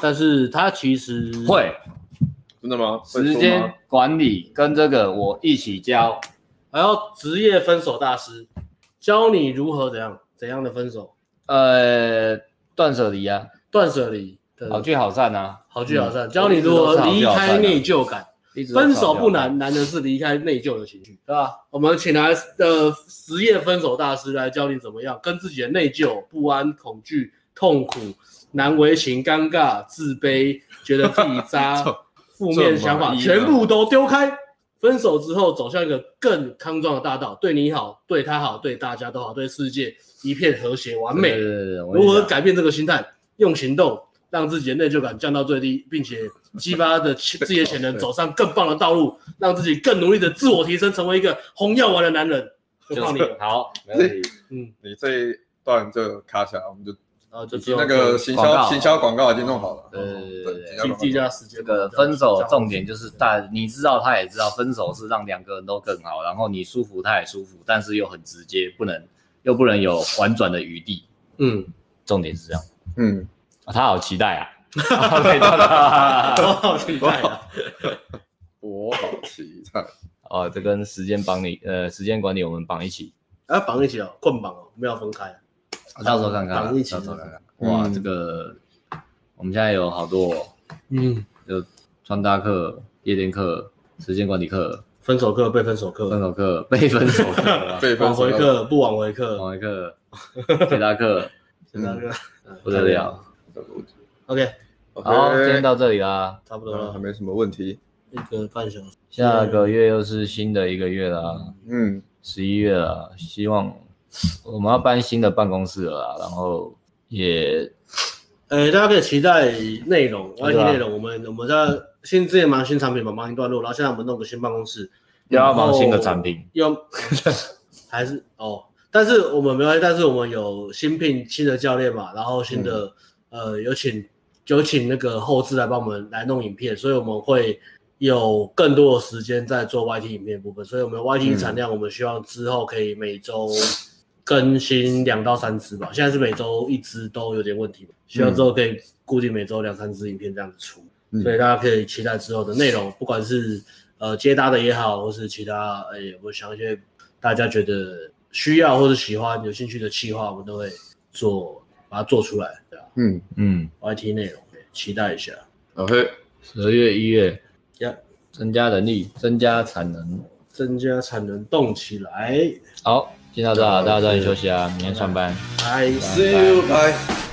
Speaker 1: 但是它其实
Speaker 3: 会
Speaker 2: 真的吗？会
Speaker 3: 时
Speaker 2: 说
Speaker 3: 间
Speaker 2: 吗
Speaker 3: 管理跟这个我一起教，
Speaker 1: 还要职业分手大师教你如何怎样怎样的分手，
Speaker 3: 呃，断舍离啊，
Speaker 1: 断舍离，对
Speaker 3: 好聚好散啊，
Speaker 1: 好聚好散，
Speaker 3: 嗯
Speaker 1: 教你如何离开内疚感。
Speaker 3: 一直都
Speaker 1: 分手
Speaker 3: 吵架
Speaker 1: 不，难，难的是离开内疚的情绪。
Speaker 3: 对吧？
Speaker 1: 我们请来呃职业分手大师来教你怎么样跟自己的内疚、不安、恐惧、痛苦、难为情、尴尬、自卑、觉得自己渣
Speaker 2: 这、
Speaker 1: 负面想
Speaker 2: 这
Speaker 1: 法
Speaker 2: 么一样
Speaker 1: 全部都丢开。分手之后走向一个更康庄的大道，对你好，对他好，对大家都好，对世界一片和谐完美。
Speaker 3: 对对对对，我跟
Speaker 1: 如
Speaker 3: 你
Speaker 1: 何
Speaker 3: 讲
Speaker 1: 改变这个心态？用行动让自己的内疚感降到最低，并且激发的自己的潜能走上更棒的道路，让自己更努力的自我提升，成为一个红药丸的男人。就靠你
Speaker 3: 就是
Speaker 1: 了，
Speaker 3: 好，没问题。
Speaker 2: 你这一段就卡起来，我们就
Speaker 1: 然后就
Speaker 2: 已
Speaker 1: 只
Speaker 2: 经
Speaker 1: 有
Speaker 2: 那个行
Speaker 3: 广告啊
Speaker 2: 销行销广告已经弄好了，哦
Speaker 3: 对对对
Speaker 2: 对
Speaker 3: 对
Speaker 2: 行销
Speaker 1: 记
Speaker 2: 广告
Speaker 1: 记一下时间。
Speaker 3: 这个分手重点就是大，你知道，他也知道，分手是让两个人都更好，然后你舒服，他也舒服，但是又很直接，不能又不能有婉转的余地，
Speaker 1: 嗯，
Speaker 3: 重点是这样。
Speaker 2: 嗯，
Speaker 3: 啊他好期 待啊！没错的
Speaker 1: 我好期待啊！
Speaker 2: 我好期待，
Speaker 3: 哦，这跟时间绑你呃时间管理我们绑一起，
Speaker 1: 要绑一起哦，捆绑哦，没有分开。
Speaker 3: 到时候看看啊，
Speaker 1: 绑一起
Speaker 3: 到时候看看。哇，
Speaker 2: 嗯
Speaker 3: 这个我们现在有好多哦
Speaker 1: 嗯，
Speaker 3: 有穿搭课、夜店课、时间管理课、
Speaker 1: 分手课被分手
Speaker 3: 分
Speaker 1: 课，
Speaker 3: 手 课、被分手课啊、
Speaker 2: 被分
Speaker 1: 挽
Speaker 2: 手
Speaker 1: 回
Speaker 2: 了，
Speaker 1: 课不挽回课，
Speaker 3: 网一课、解答课，
Speaker 1: 就那个
Speaker 3: 不得了。
Speaker 1: OK，
Speaker 3: 好，今天
Speaker 2: OK，
Speaker 3: 到这里啦，
Speaker 1: 差不多
Speaker 2: 嗯还
Speaker 1: 了，
Speaker 2: 没什么问题，
Speaker 1: 一个半小时。
Speaker 3: 下个月又是新的一个月啦，
Speaker 2: 嗯，
Speaker 3: 十一月了，希望我们要搬新的办公室了啦，然后也
Speaker 1: 呃，大家可以期待内容
Speaker 3: 啊
Speaker 1: ，IT 内容。我们我们在新之前忙新产品嘛，忙一段路，然后现在我们弄个新办公室，
Speaker 3: 又要忙新的产品，
Speaker 1: 要还是哦，但是我们没关系，但是我们有新聘新的教练嘛，然后新
Speaker 3: 嗯
Speaker 1: 的、呃有请有请那个后置来帮我们来弄影片，所以我们会有更多的时间在做 YT 影片部分，所以我们 YT
Speaker 2: 嗯
Speaker 1: 产量我们希望之后可以每周。更新两到三支吧，现在是每周一支都有点问题，希望之后可以固定每周两三支影片这样子出。
Speaker 2: 嗯
Speaker 1: 所以大家可以期待之后的内容，不管是呃接搭的也好，或是其他哎，我想一些大家觉得需要或者喜欢、有兴趣的企划，我们都会做，把它做出来，对啊吧、
Speaker 2: 嗯
Speaker 3: 嗯，
Speaker 1: YT 内容，对期待一下。
Speaker 2: ，OK，
Speaker 3: 十二月一月
Speaker 1: Yeah
Speaker 3: 增加能力，增加产能。
Speaker 1: 增加产能，动起来！
Speaker 3: 好，今天到这，大家早点休息啊，明天上班。
Speaker 1: 拜。
Speaker 2: See you，bye。